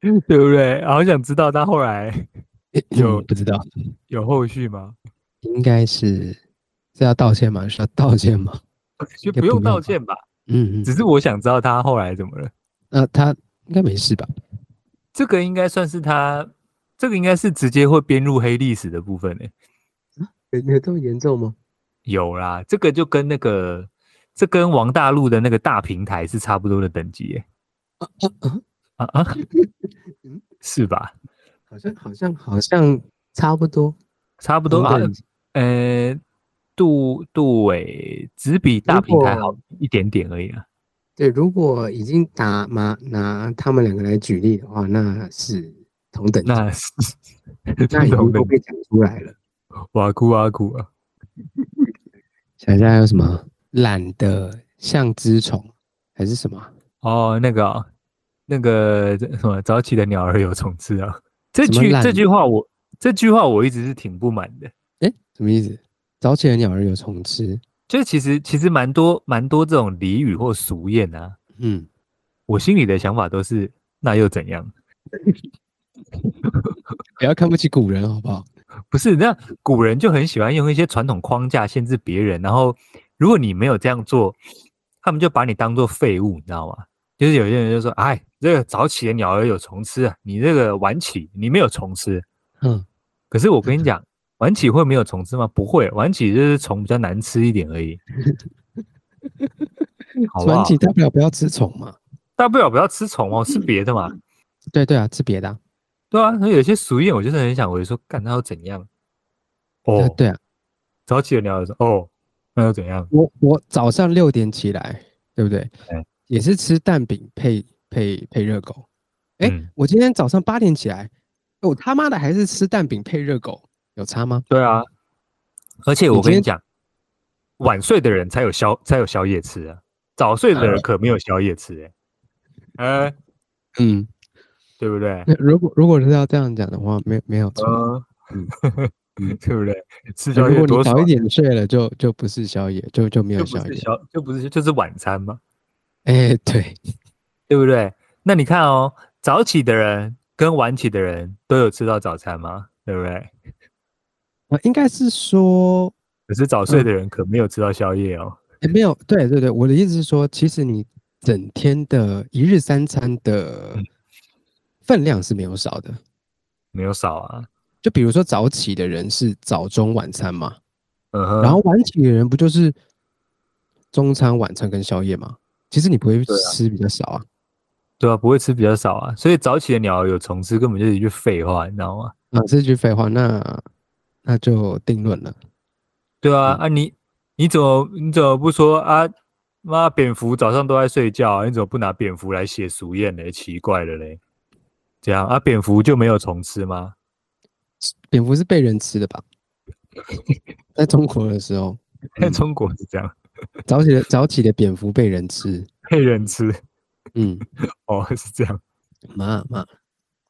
Speaker 1: 对不对？好想知道他后来有
Speaker 2: 嗯不知道，
Speaker 1: 有后续吗？
Speaker 2: 应该是是要道歉吗？是要道歉吗？
Speaker 1: 就
Speaker 2: 应
Speaker 1: 不
Speaker 2: 该不
Speaker 1: 用
Speaker 2: 用
Speaker 1: 道
Speaker 2: 吧
Speaker 1: 歉吧，
Speaker 2: 嗯，
Speaker 1: 只
Speaker 2: 嗯，
Speaker 1: 是我想知道他后来怎么了。
Speaker 2: 那他应该没事吧？
Speaker 1: 这个应该算是他，这个应该是直接会编入黑历史的部分呢、欸
Speaker 2: 有有这么严重吗？
Speaker 1: 有啦，这个就跟那个，这跟王大陆的那个大平台是差不多的等级、欸。啊啊 啊！是吧？
Speaker 2: 好像好像好像差不多，
Speaker 1: 差不
Speaker 2: 不
Speaker 1: 多啊。呃，杜杜伟只比大平台好一点点而已啊。
Speaker 2: 对，如果已经打拿拿他们两个来举例的话，那是同等级，
Speaker 1: 那是
Speaker 2: 那
Speaker 1: 那
Speaker 2: 已经
Speaker 1: 种的
Speaker 2: 都被讲出来了。
Speaker 1: 哇酷哇酷啊！
Speaker 2: 想一下还有什么？懒得像只虫还是什么啊？
Speaker 1: 哦，那个、哦、那个这什么，早起的鸟儿有虫吃啊。这
Speaker 2: 什么
Speaker 1: 句这
Speaker 2: 懒
Speaker 1: 句话我这句话我一直是挺不满的。
Speaker 2: 哎，什么意思？早起的鸟儿有虫吃。
Speaker 1: 就是其实其实蛮多蛮多这种俚语或俗谚啊，
Speaker 2: 嗯，
Speaker 1: 我心里的想法都是那又怎样？
Speaker 2: 不要看不起古人好不好？
Speaker 1: 不是，那古人就很喜欢用一些传统框架限制别人，然后如果你没有这样做，他们就把你当做废物，你知道吗？就是有些人就说：“哎，这个早起的鸟儿有虫吃啊，你这个晚起你没有虫吃。
Speaker 2: 嗯，”
Speaker 1: 可是我跟你讲，晚起会没有虫吃吗？不会，晚起就是虫比较难吃一点而 已，好不
Speaker 2: 晚
Speaker 1: 好？
Speaker 2: 起大不了不要吃虫嘛。
Speaker 1: 大不了不要吃虫 哦，吃别的嘛。
Speaker 2: 对对啊，吃别的、啊。
Speaker 1: 对啊，所以有些俗谚，我就是很想回说，干那又怎样？
Speaker 2: 啊
Speaker 1: 哦，
Speaker 2: 对啊，
Speaker 1: 早起的鸟儿说，哦，那又怎样？
Speaker 2: 我我早上六点起来，对不对？
Speaker 1: 对
Speaker 2: 也是吃蛋饼配配配热狗。哎、
Speaker 1: 嗯
Speaker 2: 我今天早上八点起来，我他妈的还是吃蛋饼配热狗，有差吗？
Speaker 1: 对啊，而且
Speaker 2: 你
Speaker 1: 我
Speaker 2: 今
Speaker 1: 跟你
Speaker 2: 天
Speaker 1: 讲，晚睡的人才有宵才有宵夜吃啊，早睡的人可没有宵夜吃哎、欸，呃，
Speaker 2: 嗯，
Speaker 1: 对不对？
Speaker 2: 那如果如果是要这样讲的话，没没有错。
Speaker 1: 嗯， 对不对？吃
Speaker 2: 那
Speaker 1: 宵
Speaker 2: 如
Speaker 1: 夜
Speaker 2: 果你
Speaker 1: 多爽
Speaker 2: 早一，点睡了，就就不是宵夜，就就没
Speaker 1: 就
Speaker 2: 有
Speaker 1: 不
Speaker 2: 宵
Speaker 1: 是
Speaker 2: 夜。
Speaker 1: 宵，就不是就是晚餐嘛，
Speaker 2: 哎，对，
Speaker 1: 对不对？那你看哦，早起的人跟晚起的人都有吃到早餐吗？对不对？
Speaker 2: 啊，应该是说
Speaker 1: 可是早
Speaker 2: 嗯
Speaker 1: 睡的人可没有吃到宵夜哦。
Speaker 2: 诶没有，对对对，我的意思是说，其实你整天的一日三餐的
Speaker 1: 嗯
Speaker 2: 分量是没有少的。
Speaker 1: 没有少啊。
Speaker 2: 就比如说早起的人是早中晚餐嘛，
Speaker 1: 嗯哼，
Speaker 2: 然后晚起的人不就是中餐、晚餐跟宵夜嘛？其实你不会
Speaker 1: 对啊
Speaker 2: 吃比较少啊。
Speaker 1: 对啊，不会吃比较少啊，所以早起的鸟儿有虫吃根本就是一句废话，你知道吗？
Speaker 2: 啊，这句废话，那那就定论了。
Speaker 1: 对
Speaker 2: 嗯
Speaker 1: 啊，啊你你怎么你怎么不说啊？妈，蝙蝠早上都在睡觉、啊，你怎么不拿蝙蝠来写俗谚呢？奇怪了嘞，这样啊，蝙蝠就没有虫吃吗？
Speaker 2: 蝙蝠是被人吃的 吧？在中国的时候，
Speaker 1: 在
Speaker 2: 嗯
Speaker 1: 中国是这样，
Speaker 2: 早起的早起的蝙蝠被人吃，
Speaker 1: 被人吃
Speaker 2: 嗯，
Speaker 1: 哦，是这样，
Speaker 2: 嘛嘛，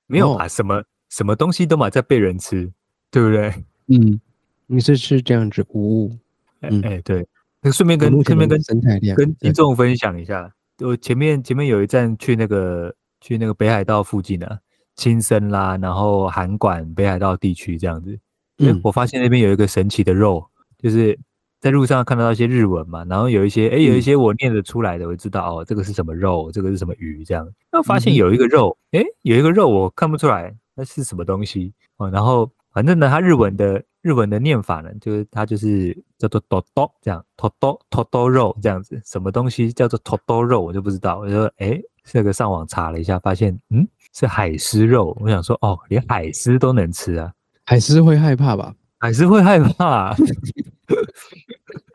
Speaker 1: 没有
Speaker 2: 哦
Speaker 1: 啊，什么什么东西都嘛在被人吃，对不对？
Speaker 2: 嗯，你是吃这样子无误，
Speaker 1: 哎、
Speaker 2: 嗯
Speaker 1: 哎对，那顺便
Speaker 2: 我
Speaker 1: 跟
Speaker 2: 们可
Speaker 1: 顺便
Speaker 2: 能
Speaker 1: 跟
Speaker 2: 生态嗯链
Speaker 1: 跟听
Speaker 2: 对
Speaker 1: 众分享一下，我前面前面有一站去那个去那个北海道附近的、啊、青森啦，然后函馆北海道地区这样子，哎、
Speaker 2: 嗯
Speaker 1: 我发现那边有一个神奇的肉，就是在路上看到一些日文嘛，然后有一些哎、有一
Speaker 2: 嗯
Speaker 1: 些我念得出来的，我就知道哦，这个是什么肉，这个是什么鱼这样。那发现
Speaker 2: 嗯哼
Speaker 1: 有一个肉，哎、有一个肉我看不出来那是什么东西哦，然后反正呢，它日文的日文的念法呢，就是它就是叫做 d o d o 这样 t o d o t o d o 肉这样子，什么东西叫做 t o d o 肉，我就不知道。我就说，哎，这个上网查了一下，发现嗯是海狮肉。我想说，哦，连海狮都能吃啊，
Speaker 2: 海狮会害怕吧？
Speaker 1: 海狮会害怕啊、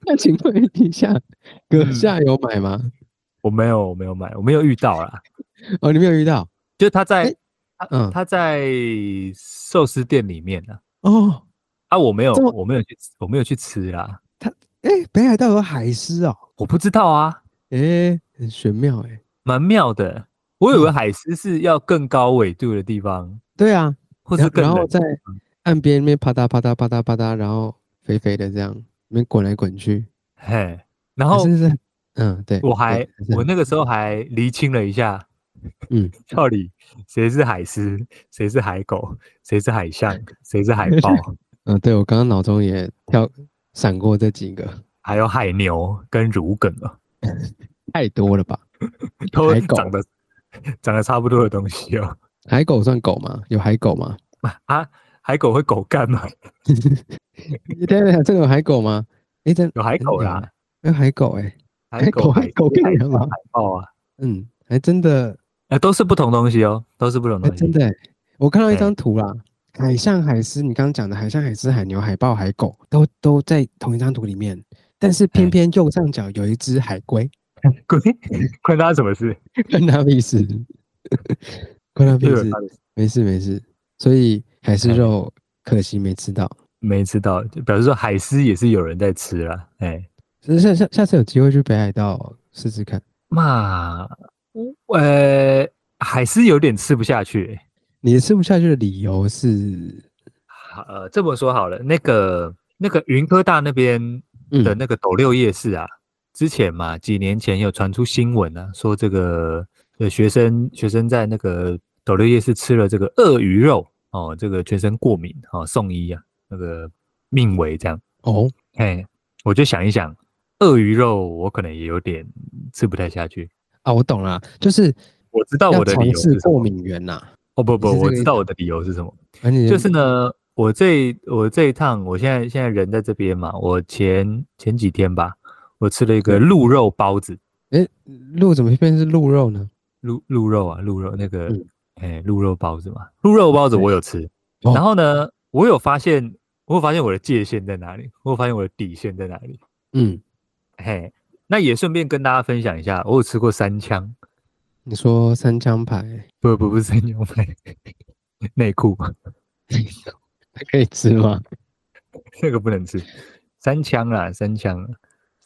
Speaker 2: 那请问一下，阁
Speaker 1: 嗯
Speaker 2: 下有买吗？
Speaker 1: 我没有，我没有买，我没有遇到啦。
Speaker 2: 哦，你没有遇到
Speaker 1: 就是他在
Speaker 2: 嗯
Speaker 1: 他在寿司店里面呢、
Speaker 2: 哦？
Speaker 1: 啊，我没有，
Speaker 2: 这么
Speaker 1: 我没有去，我没有去吃啦。
Speaker 2: 哎，北海道有海狮哦，
Speaker 1: 我不知道啊，
Speaker 2: 诶、很玄妙诶、
Speaker 1: 蛮妙的。我以为
Speaker 2: 嗯
Speaker 1: 海狮是要更高纬度的地方，
Speaker 2: 对啊，
Speaker 1: 或是
Speaker 2: 然后
Speaker 1: 更
Speaker 2: 然后
Speaker 1: 冷
Speaker 2: 在岸边那边啪嗒啪嗒啪嗒啪嗒，然后肥肥的这样，那边滚来滚去。
Speaker 1: 嘿。然
Speaker 2: 可
Speaker 1: 后
Speaker 2: 是是，嗯，对，
Speaker 1: 我还
Speaker 2: 对是
Speaker 1: 我那个时候还厘清了一下，
Speaker 2: 嗯，
Speaker 1: 到底谁是海狮，谁是海狗，谁是海象，谁是海 豹，
Speaker 2: 嗯，对我刚刚脑中也跳闪过这几个，
Speaker 1: 还有海牛跟乳梗啊，
Speaker 2: 太多了吧？
Speaker 1: 都
Speaker 2: 海狗
Speaker 1: 长得长得差不多的东西哦。
Speaker 2: 海狗算狗吗？有海狗吗？
Speaker 1: 啊，海狗会狗干吗？
Speaker 2: 对对对，这个有海狗吗？诶，真
Speaker 1: 有海
Speaker 2: 真
Speaker 1: 狗
Speaker 2: 的有
Speaker 1: 啦
Speaker 2: 啊，有海狗诶，
Speaker 1: 海
Speaker 2: 狗
Speaker 1: 狗、
Speaker 2: 海
Speaker 1: 海
Speaker 2: 狗
Speaker 1: 狮海
Speaker 2: 干人吗
Speaker 1: 海豹啊，
Speaker 2: 嗯，还真的，
Speaker 1: 啊，都是不同东西哦，都是不同
Speaker 2: 还
Speaker 1: 东西
Speaker 2: 真。的诶，我看到一
Speaker 1: 对
Speaker 2: 张图啦。海象、海狮，你刚刚讲的海象、海狮、海牛、海豹、海狗，都都在同一张图里面，但是偏
Speaker 1: 嘿
Speaker 2: 偏右上角有一只海龟，
Speaker 1: 关 关他什么事？
Speaker 2: 关他屁事，关他屁
Speaker 1: 对啊
Speaker 2: 事，没事没事。所以海狮
Speaker 1: 哎
Speaker 2: 肉可惜没吃到，
Speaker 1: 没吃到，就表示说海狮也是有人在吃啦。哎、
Speaker 2: 下下下下次有机会去北海道试试看。
Speaker 1: 嘛，呃，海狮有点吃不下去、
Speaker 2: 你吃不下去的理由是，
Speaker 1: 好，呃，这么说好了，那个那个云科大那边的
Speaker 2: 嗯，
Speaker 1: 那个斗六夜市啊，之前嘛几年前有传出新闻啊，说这个呃学生学生在那个斗六夜市吃了这个鳄鱼肉哦，这个全身过敏哦，送医啊，那个命危这样。
Speaker 2: 哦，
Speaker 1: 哎，我就想一想，鳄鱼肉我可能也有点吃不太下去。
Speaker 2: 啊，我懂了，就是
Speaker 1: 我知道
Speaker 2: 要
Speaker 1: 我的理
Speaker 2: 尝
Speaker 1: 由是
Speaker 2: 试
Speaker 1: 什
Speaker 2: 过
Speaker 1: 么。
Speaker 2: 敏源呐、
Speaker 1: 哦不不
Speaker 2: 你，是
Speaker 1: 我
Speaker 2: 这个意
Speaker 1: 知
Speaker 2: 思
Speaker 1: 道我的理由是什么。
Speaker 2: 而且
Speaker 1: 就是呢，我这我这一趟，我现在现在人在这边嘛，我前前几天吧，我吃了一
Speaker 2: 嗯
Speaker 1: 个鹿肉包子，
Speaker 2: 哎，鹿怎么会变成是鹿肉呢？
Speaker 1: 鹿鹿肉啊，鹿肉那个
Speaker 2: 嗯，
Speaker 1: 哎、鹿肉包子嘛，鹿肉包子
Speaker 2: 对
Speaker 1: 我有吃，
Speaker 2: 哦
Speaker 1: 然后呢，我有发现，我有发现我的界限在哪里，我有发现我的底线在哪里，
Speaker 2: 嗯，
Speaker 1: 嘿，那也顺便跟大家分享一下，我有吃过三枪，
Speaker 2: 你说三枪牌
Speaker 1: 不不不是三枪牌，内裤
Speaker 2: 可以吃吗？
Speaker 1: 那个不能吃，三枪啦，三枪啦，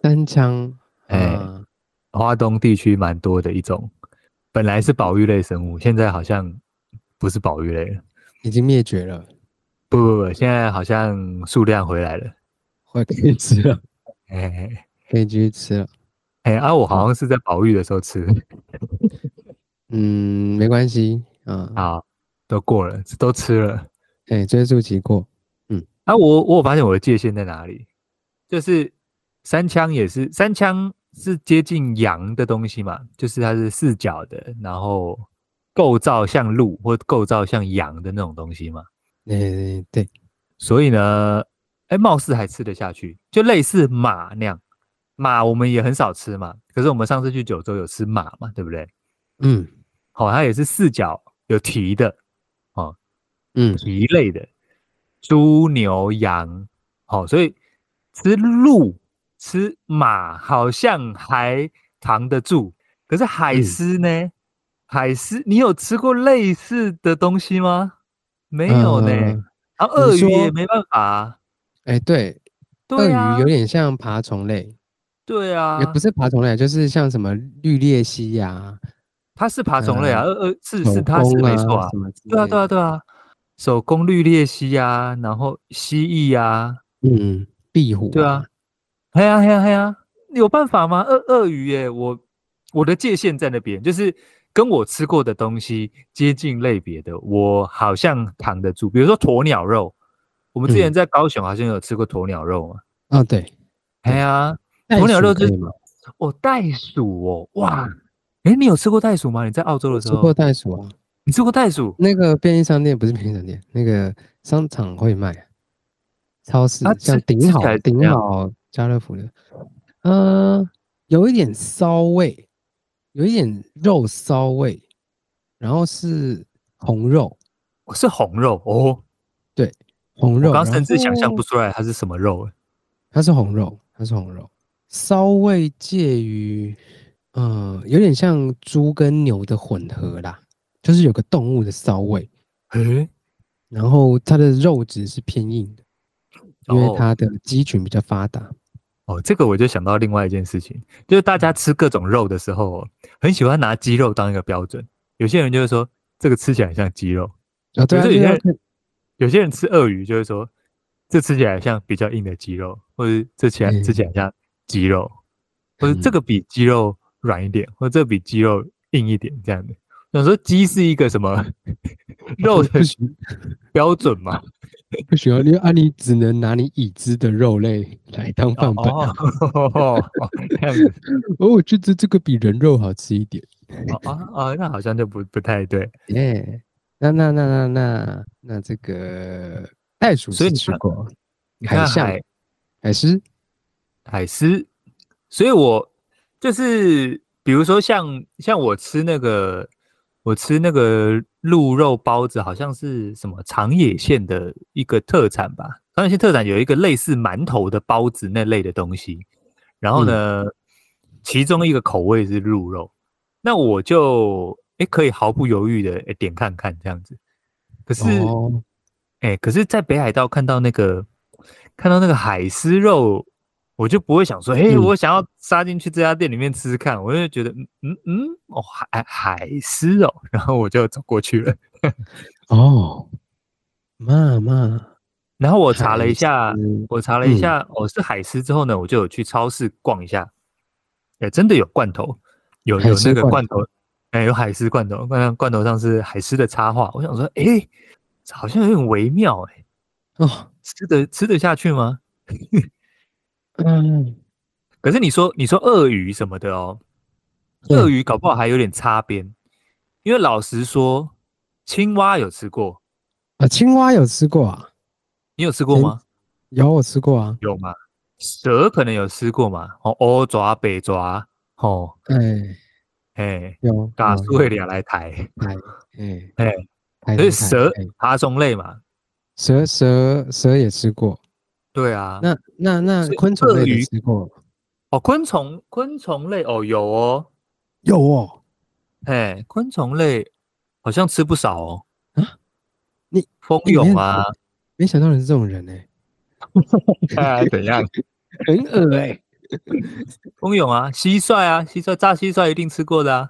Speaker 2: 三枪，
Speaker 1: 哎
Speaker 2: 啊
Speaker 1: 华东地区蛮多的一种，本来是保育类生物，现在好像不是保育类了。
Speaker 2: 已经灭绝了，
Speaker 1: 不不不，现在好像数量回来了。
Speaker 2: 会可以吃了，
Speaker 1: 哎哎
Speaker 2: 可以继续吃了。
Speaker 1: 哎，啊，我好像是在保育的时候吃，
Speaker 2: 嗯，没关系啊，
Speaker 1: 好，都过了，都吃了。
Speaker 2: 哎，追溯期过，
Speaker 1: 啊，我我有发现我的界限在哪里，就是三枪也是三枪是接近羊的东西嘛，就是它是四脚的，然后构造像鹿或构造像羊的那种东西嘛。
Speaker 2: 哎，对，
Speaker 1: 所以呢，哎，貌似还吃得下去，就类似马那样。马我们也很少吃嘛，可是我们上次去九州有吃马嘛，对不对？
Speaker 2: 嗯
Speaker 1: 好、它也是四脚有蹄的，
Speaker 2: 嗯，
Speaker 1: 蹄类的，猪、牛、羊，好、所以吃鹿、吃马好像还扛得住，可是海
Speaker 2: 嗯
Speaker 1: 狮呢？海狮，你有吃过类似的东西吗？没有呢。
Speaker 2: 呃
Speaker 1: 然后鳄
Speaker 2: 你
Speaker 1: 鱼也
Speaker 2: 说
Speaker 1: 没办法、啊，
Speaker 2: 哎，对，鳄
Speaker 1: 对啊
Speaker 2: 鱼有，点像爬虫类，
Speaker 1: 对啊，
Speaker 2: 也不是爬虫类，就是像什么绿鬣蜥呀、
Speaker 1: 它是爬虫类啊，
Speaker 2: 呃
Speaker 1: 呃呃，是
Speaker 2: 手
Speaker 1: 是它是
Speaker 2: 工
Speaker 1: 没
Speaker 2: 啊
Speaker 1: 错啊
Speaker 2: 什，么之
Speaker 1: 对啊
Speaker 2: 类
Speaker 1: 对啊
Speaker 2: 的，
Speaker 1: 对啊，手工绿鬣蜥啊，然后蜥蜴啊，
Speaker 2: 嗯，壁虎，
Speaker 1: 对啊，，嘿呀嘿呀嘿呀，有办法吗？鳄鳄鱼耶，我我的界限在那边，就是跟我吃过的东西接近类别的，我好像扛得住。比如说鸵鸟肉，我们之前
Speaker 2: 嗯
Speaker 1: 在高雄好像有吃过鸵鸟肉嘛，
Speaker 2: 哦对，
Speaker 1: 哎呀，
Speaker 2: 袋
Speaker 1: 鸵鸟
Speaker 2: 鼠
Speaker 1: 肉
Speaker 2: 可
Speaker 1: 就
Speaker 2: 以吗？
Speaker 1: 哦袋鼠哦，哇，哎，你有吃过袋鼠吗？你在澳洲的时
Speaker 2: 吃过
Speaker 1: 候，
Speaker 2: 袋鼠啊，
Speaker 1: 你吃过袋鼠？
Speaker 2: 那个便利商店不是便利商店，那个商场会卖，超市
Speaker 1: 啊
Speaker 2: 像
Speaker 1: 吃
Speaker 2: 顶
Speaker 1: 吃起
Speaker 2: 好
Speaker 1: 来怎
Speaker 2: 顶
Speaker 1: 样
Speaker 2: 好家乐福的，嗯、有一点骚味，有一点肉骚味，然后是红肉，
Speaker 1: 是红肉哦，
Speaker 2: 红肉，
Speaker 1: 我刚
Speaker 2: 然
Speaker 1: 甚至想象
Speaker 2: 后哦
Speaker 1: 不出来它是什么肉欸。
Speaker 2: 它是红肉，它是红肉，骚味介于，嗯，有点像猪跟牛的混合啦，就是有个动物的骚味，
Speaker 1: 诶，
Speaker 2: 然后它的肉质是偏硬的，因为
Speaker 1: 哦
Speaker 2: 它的肌群比较发达。
Speaker 1: 哦，这个我就想到另外一件事情，就是大
Speaker 2: 嗯
Speaker 1: 家吃各种肉的时候哦，很喜欢拿鸡肉当一个标准。有些人就会说这个吃起来很像鸡肉，
Speaker 2: 啊，对啊，
Speaker 1: 可是有
Speaker 2: 对
Speaker 1: 些
Speaker 2: 啊
Speaker 1: 人，有些人吃鳄鱼就会说这吃起来像比较硬的鸡肉，或者这起来
Speaker 2: 嗯
Speaker 1: 吃起来像鸡肉，或者
Speaker 2: 嗯
Speaker 1: 这个比鸡肉软一点，或者这比鸡肉硬一点这样的。想说鸡是一个什 么肉
Speaker 2: 不
Speaker 1: 的
Speaker 2: 不行
Speaker 1: 标准 嘛？
Speaker 2: 不行啊，因为啊，你只能拿你已知的肉类来当范本啊。
Speaker 1: 哦，哦 这样子
Speaker 2: 哦，我觉得这个比人肉好吃一点。
Speaker 1: 哦 啊啊，那好像就不不太对。
Speaker 2: 耶、那那那那那那这个袋鼠
Speaker 1: 所以
Speaker 2: 是
Speaker 1: 你
Speaker 2: 吃
Speaker 1: 看
Speaker 2: 过，
Speaker 1: 你
Speaker 2: 海
Speaker 1: 看
Speaker 2: 象
Speaker 1: 海
Speaker 2: 海狮，
Speaker 1: 海狮，所以我就是比如说像像我吃那个我吃那个鹿肉包子，好像是什么长野县的一个特产吧，长野县特产有一个类似馒头的包子那类的东西，然后呢，其中一个口味是鹿肉，那我就诶可以毫不犹豫的诶点看看这样子，可是。
Speaker 2: 哦，
Speaker 1: 哎、可是，在北海道看到那个看到那个海狮肉，我就不会想说，哎、
Speaker 2: 嗯
Speaker 1: 我想要杀进去这家店里面吃吃看，我就觉得，嗯嗯嗯，哦，海海狮哦，然后我就走过去了。
Speaker 2: 哦，妈妈，
Speaker 1: 然后我查了一
Speaker 2: 海
Speaker 1: 下，
Speaker 2: 狮
Speaker 1: 我查了一
Speaker 2: 嗯
Speaker 1: 下，哦，是海狮之后呢，我就有去超市逛一下，哎、真的有罐头，有
Speaker 2: 海
Speaker 1: 有
Speaker 2: 狮
Speaker 1: 那个
Speaker 2: 罐
Speaker 1: 罐头，哎、有海狮罐头，罐罐头上是海狮的插画，我想说，哎、好像有点微妙、哎，
Speaker 2: 哦，
Speaker 1: 吃得吃得下去吗？
Speaker 2: 嗯，
Speaker 1: 可是你说你说鳄鱼什么的哦，
Speaker 2: 对
Speaker 1: 鳄鱼搞不好还有点擦边，因为老实说，青蛙有吃过，
Speaker 2: 啊，青蛙有吃过啊，
Speaker 1: 你有吃过
Speaker 2: 嗯
Speaker 1: 吗？
Speaker 2: 有我吃过啊，
Speaker 1: 有吗？蛇可能有吃过嘛？哦，欧爪、北爪，哦，
Speaker 2: 哎、
Speaker 1: 哎，
Speaker 2: 有，
Speaker 1: 嘎
Speaker 2: 有
Speaker 1: 苏会俩来抬，
Speaker 2: 台，哎
Speaker 1: 哎
Speaker 2: 台
Speaker 1: 可是
Speaker 2: 中台
Speaker 1: 蛇
Speaker 2: 哎
Speaker 1: 爬虫类嘛，
Speaker 2: 蛇蛇蛇也吃过，
Speaker 1: 对啊，
Speaker 2: 那那那
Speaker 1: 所以
Speaker 2: 昆虫
Speaker 1: 鳄
Speaker 2: 类的
Speaker 1: 鱼
Speaker 2: 吃过吗
Speaker 1: 哦，昆虫昆虫类哦有哦，
Speaker 2: 有哦，
Speaker 1: 哎，昆虫类好像吃不少哦，
Speaker 2: 啊，你
Speaker 1: 蜂
Speaker 2: 你很
Speaker 1: 蛹啊，
Speaker 2: 没想到你是这种人哎、
Speaker 1: 哎，怎样？
Speaker 2: 很恶哎、
Speaker 1: 蜂蛹啊，蟋蟀啊，蟋蟀炸蟋蟀一定吃过的啊，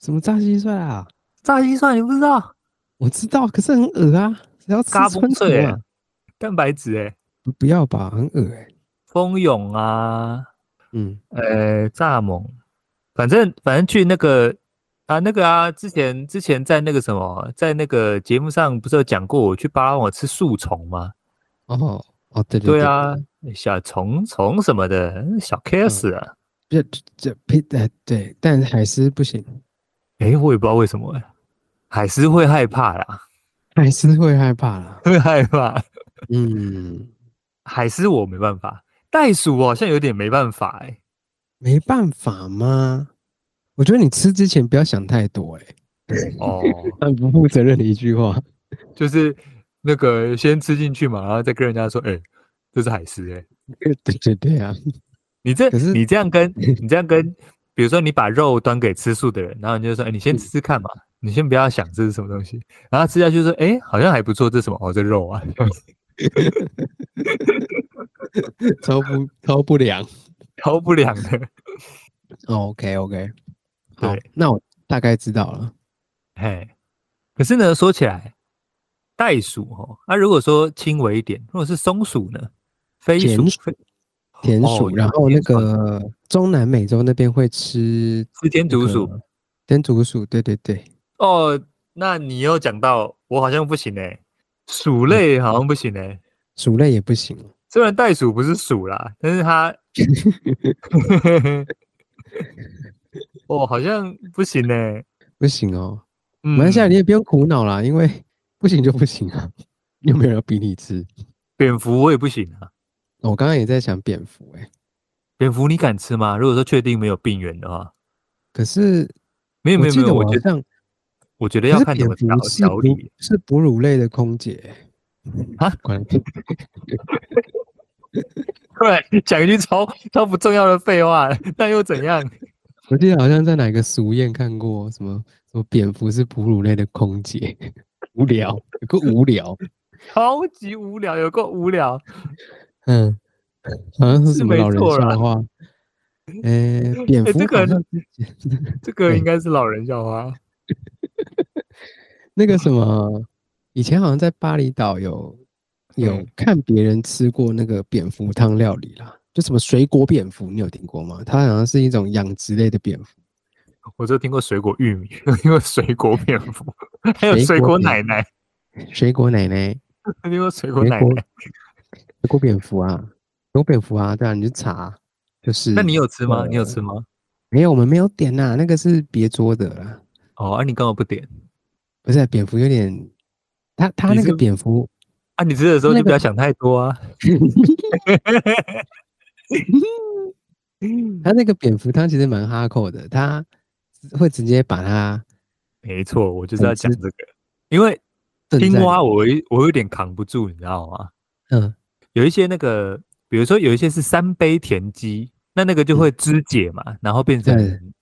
Speaker 2: 什么炸蟋蟀啊？
Speaker 1: 炸蟋蟀你不知道？
Speaker 2: 我知道，可是很恶啊，谁要吃
Speaker 1: 嘎嘣
Speaker 2: 昆虫
Speaker 1: 脆欸
Speaker 2: 啊？
Speaker 1: 蛋白质哎、
Speaker 2: 不不要吧，很恶哎、
Speaker 1: 蜂蛹啊，
Speaker 2: 嗯，
Speaker 1: 呃，蚱蜢，反正反正去那个啊那个啊，之前之前在那个什么，在那个节目上不是有讲过，我去巴拉望吃树虫吗？
Speaker 2: 哦哦，对对嗯
Speaker 1: 对啊，，小虫虫什么的，小 case 啊，
Speaker 2: 这这呸呃对，但海狮不行，
Speaker 1: 诶，我也不知道为什么、欸，海狮会害怕啦，
Speaker 2: 海狮会害怕啦。
Speaker 1: 会害怕。
Speaker 2: 嗯，
Speaker 1: 海狮我没办法，袋鼠我好像有点没办法哎、
Speaker 2: 没办法吗？我觉得你吃之前不要想太多哎、
Speaker 1: 哦，
Speaker 2: 很不负责任的一句话。
Speaker 1: 就是那个先吃进去嘛，然后再跟人家说，哎、这是海狮哎、
Speaker 2: 对对对啊，
Speaker 1: 你这
Speaker 2: 可是
Speaker 1: 你这样 跟你这样跟，比如说你把肉端给吃素的人，然后你就说，哎、你
Speaker 2: 嗯
Speaker 1: 先吃吃看嘛，你先不要想这是什么东西，然后吃下去说，哎、好像还不错，这是什么？哦，这肉啊，
Speaker 2: 超不超不良。
Speaker 1: 超不良的。
Speaker 2: OK OK，好
Speaker 1: 对，
Speaker 2: 那我大概知道了。
Speaker 1: 嘿，可是呢，说起来，袋鼠哦，那、如果说轻微一点，如果是松鼠呢，飞
Speaker 2: 田
Speaker 1: 鼠，
Speaker 2: 鼠
Speaker 1: 飞
Speaker 2: 田
Speaker 1: 哦
Speaker 2: 鼠，
Speaker 1: 有
Speaker 2: 然后
Speaker 1: 田
Speaker 2: 那
Speaker 1: 鼠啊
Speaker 2: 个中南美洲那边会吃
Speaker 1: 是天
Speaker 2: 那
Speaker 1: 竺
Speaker 2: 个
Speaker 1: 鼠。
Speaker 2: 天竺鼠，对对对，
Speaker 1: 哦，那你又讲到我好像不行哎、
Speaker 2: 嗯
Speaker 1: 鼠类好像不行哎、
Speaker 2: 鼠类也不行。
Speaker 1: 虽然袋鼠不是鼠啦，但是 它，哦，好像不行呢、
Speaker 2: 不行哦，
Speaker 1: 嗯，
Speaker 2: 马来西亚你也不用苦恼啦，因为不行就不行啊，又没有人要逼你吃。哦
Speaker 1: 蝙蝠我也不行啊。
Speaker 2: 我刚刚也在想蝙蝠、欸，
Speaker 1: 蝙蝠你敢吃吗？如果说确定没有病源的话，
Speaker 2: 可是
Speaker 1: 没有没有
Speaker 2: 记
Speaker 1: 没
Speaker 2: 得
Speaker 1: 有，
Speaker 2: 我
Speaker 1: 我
Speaker 2: 好
Speaker 1: 觉得
Speaker 2: 像
Speaker 1: 我觉得
Speaker 2: 可
Speaker 1: 要
Speaker 2: 是
Speaker 1: 看怎
Speaker 2: 蝙
Speaker 1: 么调
Speaker 2: 蝠是
Speaker 1: 调
Speaker 2: 哺
Speaker 1: 理。
Speaker 2: 是哺乳类的空姐、欸、
Speaker 1: 啊，
Speaker 2: 管
Speaker 1: 对，讲一句超超不重要的废话，那又怎样？
Speaker 2: 我记得好像在哪个俗谚看过什么什么蝙蝠是哺乳类的空姐，无聊，有个无聊，
Speaker 1: 超级无聊，有够无聊。
Speaker 2: 嗯，好像是
Speaker 1: 是
Speaker 2: 什么
Speaker 1: 没
Speaker 2: 老人
Speaker 1: 错啦
Speaker 2: 笑话。呃，蝙
Speaker 1: 哎
Speaker 2: 蝠
Speaker 1: 这个
Speaker 2: 好像
Speaker 1: 很这个
Speaker 2: 对
Speaker 1: 应该是老人笑话。
Speaker 2: 那个什么，以前好像在巴厘岛有有
Speaker 1: 嗯
Speaker 2: 看别人吃过那个蝙蝠汤料理啦，就什么水果蝙蝠，你有听过吗？它好像是一种养殖类的蝙蝠，
Speaker 1: 我就听过水果玉米， 听过水果蝙蝠，还有
Speaker 2: 水
Speaker 1: 水
Speaker 2: 果
Speaker 1: 果
Speaker 2: 蝙
Speaker 1: 奶奶，
Speaker 2: 水果奶奶，
Speaker 1: 听过水果
Speaker 2: 水
Speaker 1: 奶
Speaker 2: 果
Speaker 1: 奶。
Speaker 2: 水果蝙蝠啊，水果蝙蝠啊，对啊，你去查，就是
Speaker 1: 那你有吃吗？你有
Speaker 2: 呃
Speaker 1: 吃吗？
Speaker 2: 没有？我们没有点呐、那个是别桌的啦，
Speaker 1: 哦，啊，你干嘛不点？
Speaker 2: 不是啊蝙蝠有点，它它
Speaker 1: 你
Speaker 2: 那
Speaker 1: 是
Speaker 2: 个蝙蝠
Speaker 1: 啊，你吃的时候
Speaker 2: 那
Speaker 1: 就不
Speaker 2: 个
Speaker 1: 要想太多啊。嗯
Speaker 2: 它那个蝙蝠汤其实蛮哈口的，它会直接把它
Speaker 1: 没错，我就是
Speaker 2: 很
Speaker 1: 要讲
Speaker 2: 知
Speaker 1: 这个，因为
Speaker 2: 炖
Speaker 1: 青
Speaker 2: 在
Speaker 1: 蛙
Speaker 2: 里
Speaker 1: 我有一我有点扛不住，你知道吗？
Speaker 2: 嗯
Speaker 1: 有一些那个，比如说有一些是三杯田鸡，那那个就会肢解嘛，然后变
Speaker 2: 嗯对
Speaker 1: 成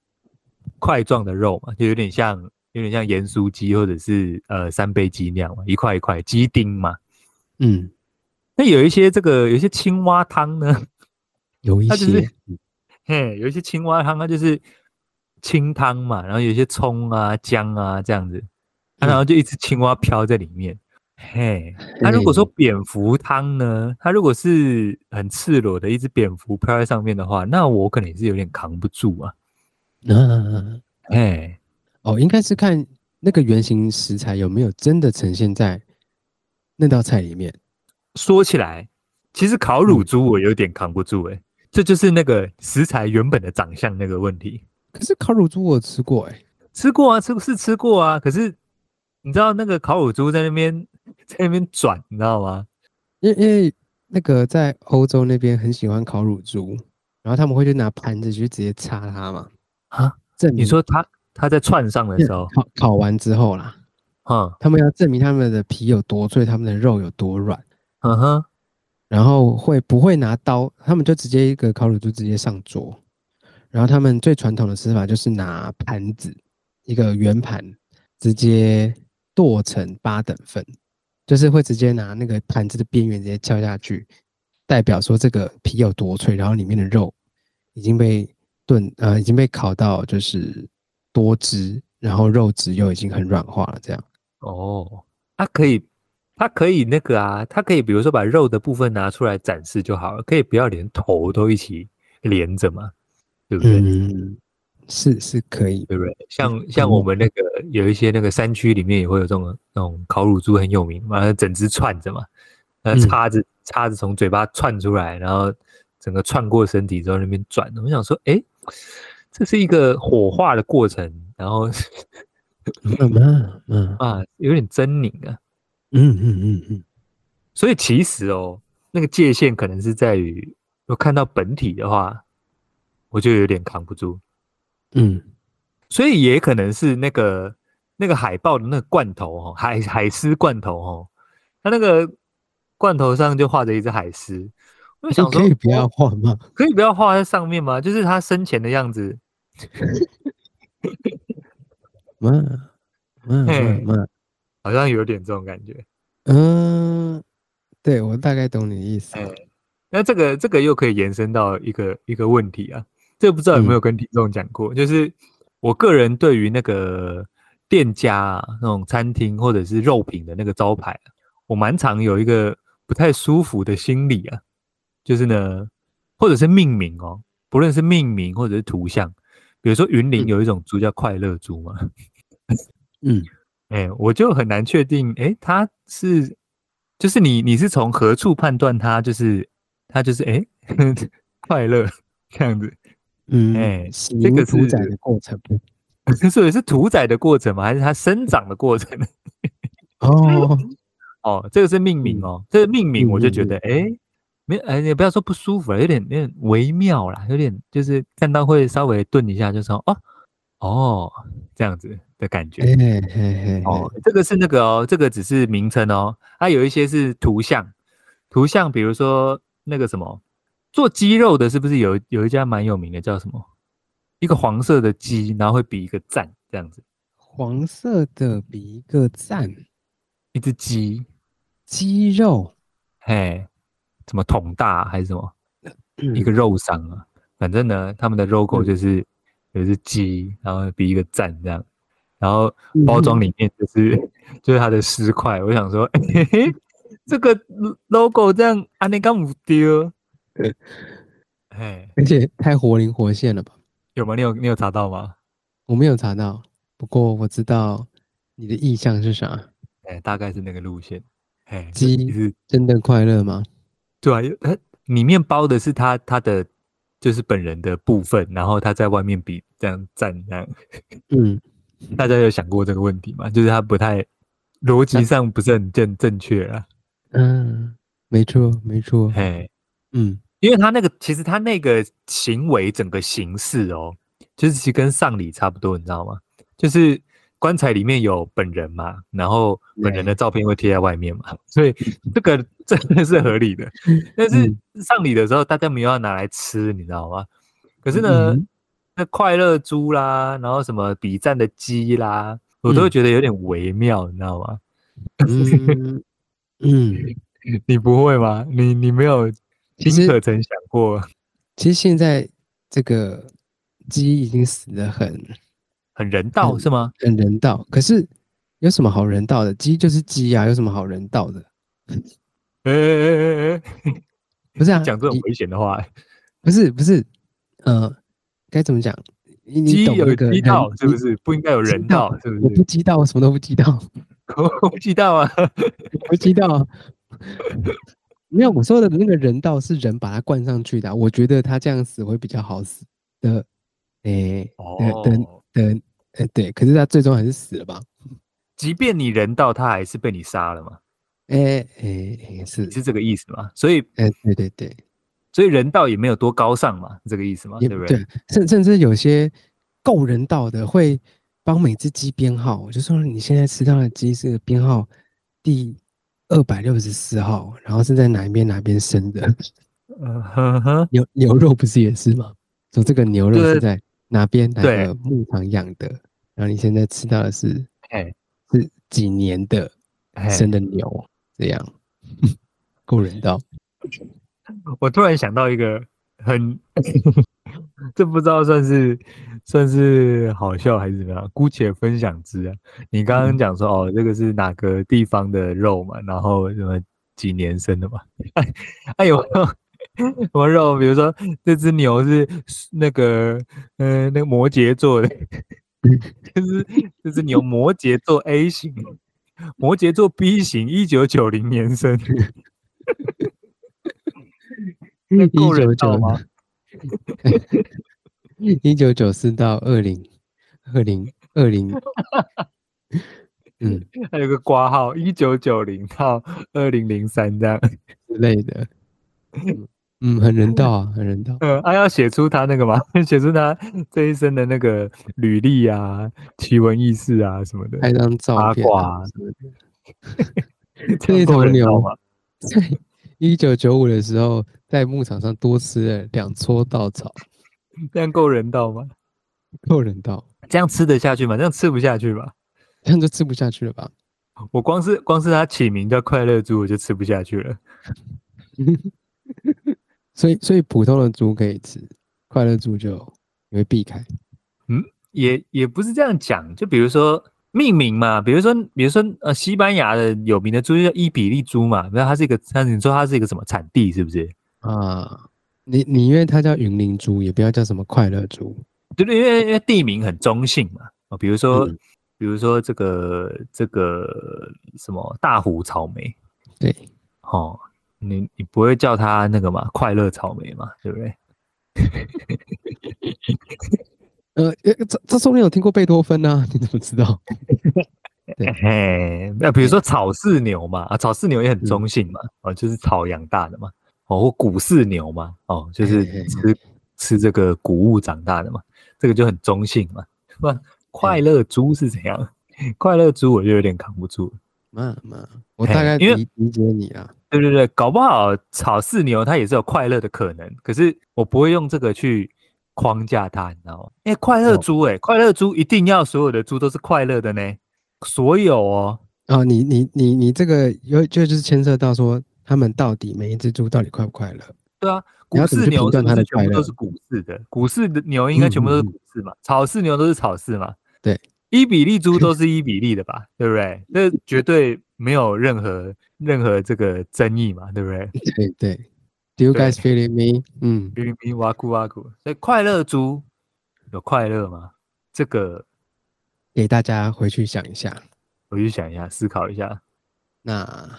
Speaker 1: 块状的肉嘛，就有点像有点像盐酥鸡或者是呃三杯鸡那样嘛，一块一块鸡丁嘛。
Speaker 2: 嗯
Speaker 1: 那有一些这个有一些青蛙汤呢，
Speaker 2: 有一
Speaker 1: 它就是
Speaker 2: 些
Speaker 1: 嘿，有一些青蛙汤它就是清汤嘛，然后有一些葱啊、姜啊这样子，啊
Speaker 2: 嗯
Speaker 1: 然后就一只青蛙飘在里面。嘿，它如果说
Speaker 2: 嘿
Speaker 1: 蝙蝠汤呢，它如果是很赤裸的一只蝙蝠飘在上面的话，那我可能也是有点扛不住啊。
Speaker 2: 啊
Speaker 1: 嘿，
Speaker 2: 哦，应该是看那个原型食材有没有真的呈现在那道菜里面。
Speaker 1: 说起来，其实
Speaker 2: 嗯
Speaker 1: 烤乳猪我有点扛不住诶、这就是那个食材原本的长相那个问题。
Speaker 2: 可是烤乳猪我有吃过哎、
Speaker 1: 吃过啊，吃是吃过啊，可是你知道那个烤乳猪在那边 在那边转，你知道吗？
Speaker 2: 因为因为那个在欧洲那边很喜欢烤乳猪，然后他们会去拿盘子去直接插它嘛。
Speaker 1: 啊，
Speaker 2: 证
Speaker 1: 你
Speaker 2: 明
Speaker 1: 说他他在串上的时候，
Speaker 2: 烤烤完之后啦，
Speaker 1: 嗯
Speaker 2: 他们要证明他们的皮有多脆，他们的肉有多软，
Speaker 1: 嗯哼，
Speaker 2: 然后会不会拿刀，他们就直接一个烤乳猪直接上桌。然后他们最传统的吃法就是拿盘子，一个圆盘，直接剁成八等份，就是会直接拿那个盘子的边缘直接敲下去，代表说这个皮有多脆，然后里面的肉已经被炖呃已经被烤到就是多汁，然后肉质又已经很软化了这样。
Speaker 1: 哦，他可以，他可以那个啊，他可以比如说把肉的部分拿出来展示就好了，可以不要连头都一起连着嘛，对不对？
Speaker 2: 嗯，是是可以，
Speaker 1: 对不对？像像我
Speaker 2: 嗯
Speaker 1: 们那个有一些那个山区里面也会有这种那种烤乳猪很有名嘛，它整只串着嘛，那
Speaker 2: 嗯
Speaker 1: 叉子叉子从嘴巴串出来，然后整个串过身体之后那边转。我想说，哎，这是一个火化的过程，然后
Speaker 2: 嗯嗯嗯
Speaker 1: 啊有点狰狞啊。
Speaker 2: 嗯嗯嗯
Speaker 1: 所以其实哦，那个界限可能是在于，我看到本体的话，我就有点扛不住。
Speaker 2: 嗯
Speaker 1: 所以也可能是那个那个海豹的那个罐头哦，海海狮罐头哦，它那个罐头上就画着一只海狮。我
Speaker 2: 嗯，
Speaker 1: 就想说，
Speaker 2: 可以不要
Speaker 1: 哦
Speaker 2: 换吗？
Speaker 1: 可以不要画在上面吗？就是它生前的样子。
Speaker 2: 嘛嘛
Speaker 1: 嘿
Speaker 2: 嘛嘛，
Speaker 1: 好像有点这种感觉，
Speaker 2: 嗯，对我大概懂你的意思。
Speaker 1: 哎那这个这个又可以延伸到一个一个问题啊，这不知道有没有跟听众讲过，就是我个人对于那个店家啊，那种餐厅或者是肉品的那个招牌啊，我蛮常有一个不太舒服的心理啊，就是呢，或者是命名哦，不论是命名或者是图像，比如说云林
Speaker 2: 嗯
Speaker 1: 有一种猪叫快乐猪嘛，
Speaker 2: 嗯
Speaker 1: 哎、我就很难确定，哎、它是，就是你你是从何处判断它就是它就是哎、 诶快乐这样子，
Speaker 2: 嗯，
Speaker 1: 哎
Speaker 2: 洗
Speaker 1: 这个
Speaker 2: 泥屠宰
Speaker 1: 是
Speaker 2: 的过程不
Speaker 1: 所以是屠宰的过程吗？还是它生长的过程？嗯
Speaker 2: 哦，
Speaker 1: 哦，这个是命名
Speaker 2: 嗯
Speaker 1: 哦，这个命名我就觉
Speaker 2: 嗯嗯
Speaker 1: 得哎、诶没哎，也不要说不舒服了，有点有点微妙啦，有点就是看到会稍微顿一下，就说哦哦这样子的感觉。
Speaker 2: 嘿嘿嘿嘿，
Speaker 1: 哦，这个是那个哦，这个只是名称哦，它有一些是图像，图像比如说那个什么做鸡肉的，是不是有有一家蛮有名的叫什么？一个黄色的鸡，然后会比一个赞这样子，
Speaker 2: 黄色的比一个赞，
Speaker 1: 一只鸡，
Speaker 2: 鸡肉
Speaker 1: 嘿，什么桶大还是什么？一个肉商啊，反正呢，他们的 logo 就是有一只鸡，然后比一个赞这样，然后包装里面就是、就是它的尸块。我想说， 嘿嘿，这个 logo 这样啊安内刚不丢，哎，
Speaker 2: 而且太活灵活现了吧？
Speaker 1: 有吗？你有你有查到吗？
Speaker 2: 我没有查到，不过我知道你的意向是啥，
Speaker 1: 哎，大概是那个路线，哎，
Speaker 2: 鸡
Speaker 1: 是
Speaker 2: 真的快乐吗？
Speaker 1: 对啊，因为它里面包的是他他的就是本人的部分，然后他在外面比这样站这样。
Speaker 2: 嗯，
Speaker 1: 大家有想过这个问题吗？就是它不太逻辑上不是很正正确啊。
Speaker 2: 嗯，没错，没错，
Speaker 1: 嘿，
Speaker 2: 嗯
Speaker 1: 因为他那个其实他那个行为整个形式哦，就是其实跟丧礼差不多，你知道吗？就是棺材里面有本人嘛，然后本人的照片会贴在外面嘛，所以这 个真的是合理的。但
Speaker 2: 嗯
Speaker 1: 是丧礼的时候，大家没有要拿来吃，你知道吗？可是呢，
Speaker 2: 嗯
Speaker 1: 那快乐猪啦，然后什么比赞的鸡啦，我都会
Speaker 2: 嗯
Speaker 1: 觉得有点微妙，你知道吗？
Speaker 2: 嗯嗯，
Speaker 1: 你不会吗？你你没有
Speaker 2: 其
Speaker 1: 丁
Speaker 2: 实
Speaker 1: 可曾想过
Speaker 2: 其实现在这个鸡已经死得很
Speaker 1: 很人道
Speaker 2: 嗯
Speaker 1: 是吗？
Speaker 2: 很人道，可是有什么好人道的？鸡就是鸡啊，有什么好人道的？
Speaker 1: 哎哎哎哎
Speaker 2: 不是啊，
Speaker 1: 哎，讲这种
Speaker 2: 你
Speaker 1: 危险的话，
Speaker 2: 不是不是，呃，该怎么讲？你你
Speaker 1: 鸡
Speaker 2: 懂
Speaker 1: 有
Speaker 2: 那个
Speaker 1: 鸡
Speaker 2: 人
Speaker 1: 道是不？
Speaker 2: 你
Speaker 1: 是？不应该有
Speaker 2: 知
Speaker 1: 人
Speaker 2: 道
Speaker 1: 道是
Speaker 2: 我
Speaker 1: 不
Speaker 2: 不
Speaker 1: 是？
Speaker 2: 知道，我什么都不知道，
Speaker 1: 我不知道 啊，
Speaker 2: 我不知道 啊。没有，我说的那个人道是人把它灌上去的啊、我觉得他这样死会比较好死的，诶、
Speaker 1: 哦，
Speaker 2: 的，呃，对，可是他最终还是死了吧？
Speaker 1: 即便你人道，他还是被你杀了嘛，
Speaker 2: 诶诶诶，是，
Speaker 1: 是这个意思嘛？所以
Speaker 2: 诶，对对对，
Speaker 1: 所以人道也没有多高尚嘛，是这个意思嘛？
Speaker 2: 也
Speaker 1: 对不对？
Speaker 2: 对，甚甚至有些够人道的会帮每只鸡编号，我就说你现在吃到的鸡是编号第二百六十四号，然后是在哪一边哪边生的。
Speaker 1: 嗯哼哼，
Speaker 2: 牛牛肉不是也是吗？说这个牛肉
Speaker 1: 对
Speaker 2: 是在哪边哪
Speaker 1: 对
Speaker 2: 个牧场养的，然后你现在吃到的是
Speaker 1: 哎
Speaker 2: 是几年的
Speaker 1: 哎，
Speaker 2: 生的牛，这样 够人道。
Speaker 1: 我突然想到一个很，这不知道算是算是好笑还是怎么样，姑且分享之啊。你刚刚
Speaker 2: 嗯
Speaker 1: 讲说、哦，这个是哪个地方的肉嘛，然后什么几年生的嘛？ 哎，哎有没有 什么肉？比如说这只牛是那个嗯、呃那个摩羯座的， 就是这只牛摩羯座 A 型，摩羯座 B 型，一九九零年 生。那
Speaker 2: 一
Speaker 1: 够人
Speaker 2: 九
Speaker 1: 道
Speaker 2: 九
Speaker 1: 吗？？
Speaker 2: 一九九四到二零二零二零，嗯
Speaker 1: 还有个挂号一九九零到二零零三这样，
Speaker 2: 之类的，嗯，很人道啊，很人道。
Speaker 1: 嗯，啊，要写出他那个嘛， 写出他这一生的那个履历啊、奇闻异事啊什么的，
Speaker 2: 拍张照
Speaker 1: 八
Speaker 2: 片
Speaker 1: 卦
Speaker 2: 啊
Speaker 1: 啊
Speaker 2: 什么的。
Speaker 1: 这样
Speaker 2: 这
Speaker 1: 够
Speaker 2: 头
Speaker 1: 人道
Speaker 2: 牛
Speaker 1: 吗？
Speaker 2: 在一九九五的时候，在牧场上多吃了两撮稻草，
Speaker 1: 这样够人道吗？
Speaker 2: 够人道，
Speaker 1: 这样吃得下去吗？这样吃不下去吧？
Speaker 2: 这样就吃不下去了吧？
Speaker 1: 我光是光是他起名叫快乐猪，我就吃不下去了。
Speaker 2: 所以，所以普通的猪可以吃，快乐猪就你会避开。
Speaker 1: 也也不是这样讲，就比如说命名嘛，比如说比如说呃，西班牙的有名的猪就叫伊比利猪嘛，那它是一个，那你说它是一个什么产地是不是？
Speaker 2: 啊，你你因为它叫云林猪，也不要叫什么快乐猪。
Speaker 1: 对对，因为因为地名很中性嘛，哦，比如说，
Speaker 2: 嗯
Speaker 1: 比如说这个这个什么大湖草莓，
Speaker 2: 对，
Speaker 1: 哦，你你不会叫它那个嘛，快乐草莓嘛，对不 对？
Speaker 2: 呃，呃这这说明有听过贝多芬啊？你怎么知道？对
Speaker 1: 嘿，那比如说草饲牛嘛，啊，草饲牛也很
Speaker 2: 嗯
Speaker 1: 中性嘛，哦，就是草养大的嘛，哦，或谷饲牛嘛，哦，就是
Speaker 2: 嘿嘿嘿
Speaker 1: 吃吃这个谷物长大的嘛，这个就很中性嘛。 那
Speaker 2: 嗯
Speaker 1: 快乐猪是怎样？ 快乐猪我就有点扛不住了。
Speaker 2: 妈妈，我
Speaker 1: 嘿
Speaker 2: 大概
Speaker 1: 因为
Speaker 2: 理理解你啊。
Speaker 1: 对对对，搞不好炒四牛它也是有快乐的可能，可是我不会用这个去框架它，你知道吗？哎、快乐
Speaker 2: 哦
Speaker 1: 猪、欸，哎，快乐猪一定要所有的猪都是快乐的呢，所有哦，
Speaker 2: 啊，你你你你这个有就就是牵涉到说，他们到底每一只猪到底快不快乐？
Speaker 1: 对啊，
Speaker 2: 你
Speaker 1: 股
Speaker 2: 要怎么
Speaker 1: 市
Speaker 2: 去
Speaker 1: 牛是
Speaker 2: 评
Speaker 1: 不
Speaker 2: 断
Speaker 1: 是
Speaker 2: 它的
Speaker 1: 全部
Speaker 2: 快
Speaker 1: 都
Speaker 2: 乐
Speaker 1: 是股市的？股市的牛应该全部都是
Speaker 2: 嗯嗯嗯
Speaker 1: 股市嘛？草市牛都是草市 嘛？对，伊比利猪都是伊比利的吧？对不对？这 绝对没有任何任何这个争议嘛？对不 对？
Speaker 2: 对对，Do you
Speaker 1: 对
Speaker 2: guys feeling me？嗯，
Speaker 1: 哔哩哔哩哇咕哇咕，所以快乐猪有快乐吗？这个
Speaker 2: 给大家回去想一下。
Speaker 1: 我去想一下，思考一下。
Speaker 2: 那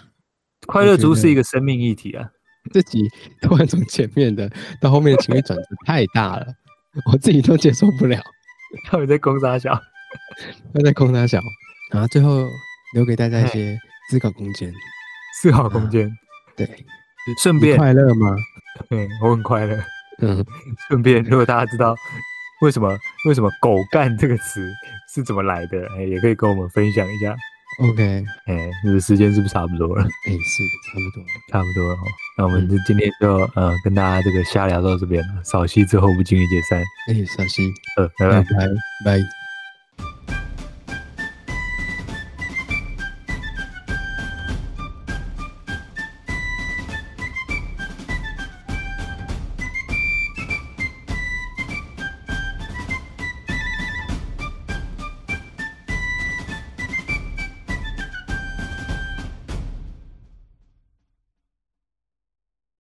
Speaker 1: 快乐猪
Speaker 2: 觉
Speaker 1: 是一个生命议题啊，
Speaker 2: 这集 突然从前面的到后面的情绪转折太大了，我自己都接受不了。
Speaker 1: 到底在攻啥小？
Speaker 2: 要在空大小，然后最后留给大家一
Speaker 1: 嘿
Speaker 2: 些思考空间。
Speaker 1: 思考空间。
Speaker 2: 对，
Speaker 1: 顺
Speaker 2: 你
Speaker 1: 便，
Speaker 2: 嗯快乐吗？
Speaker 1: 嗯，我很快乐。
Speaker 2: 嗯，
Speaker 1: 顺便，如果大家知道为什么为什么“狗干”这个词是怎么来的，哎，也可以跟我们分享一下。
Speaker 2: OK，哎、
Speaker 1: 哎，这个时间是不是差不多了？
Speaker 2: 是差不多了。
Speaker 1: 差不多了哦。那我们
Speaker 2: 嗯
Speaker 1: 就今天就呃跟大家这个瞎聊到这边了，扫息之后不经意解散。
Speaker 2: 哎、小溪，
Speaker 1: 呃，拜
Speaker 2: 拜
Speaker 1: 拜。
Speaker 2: 拜拜。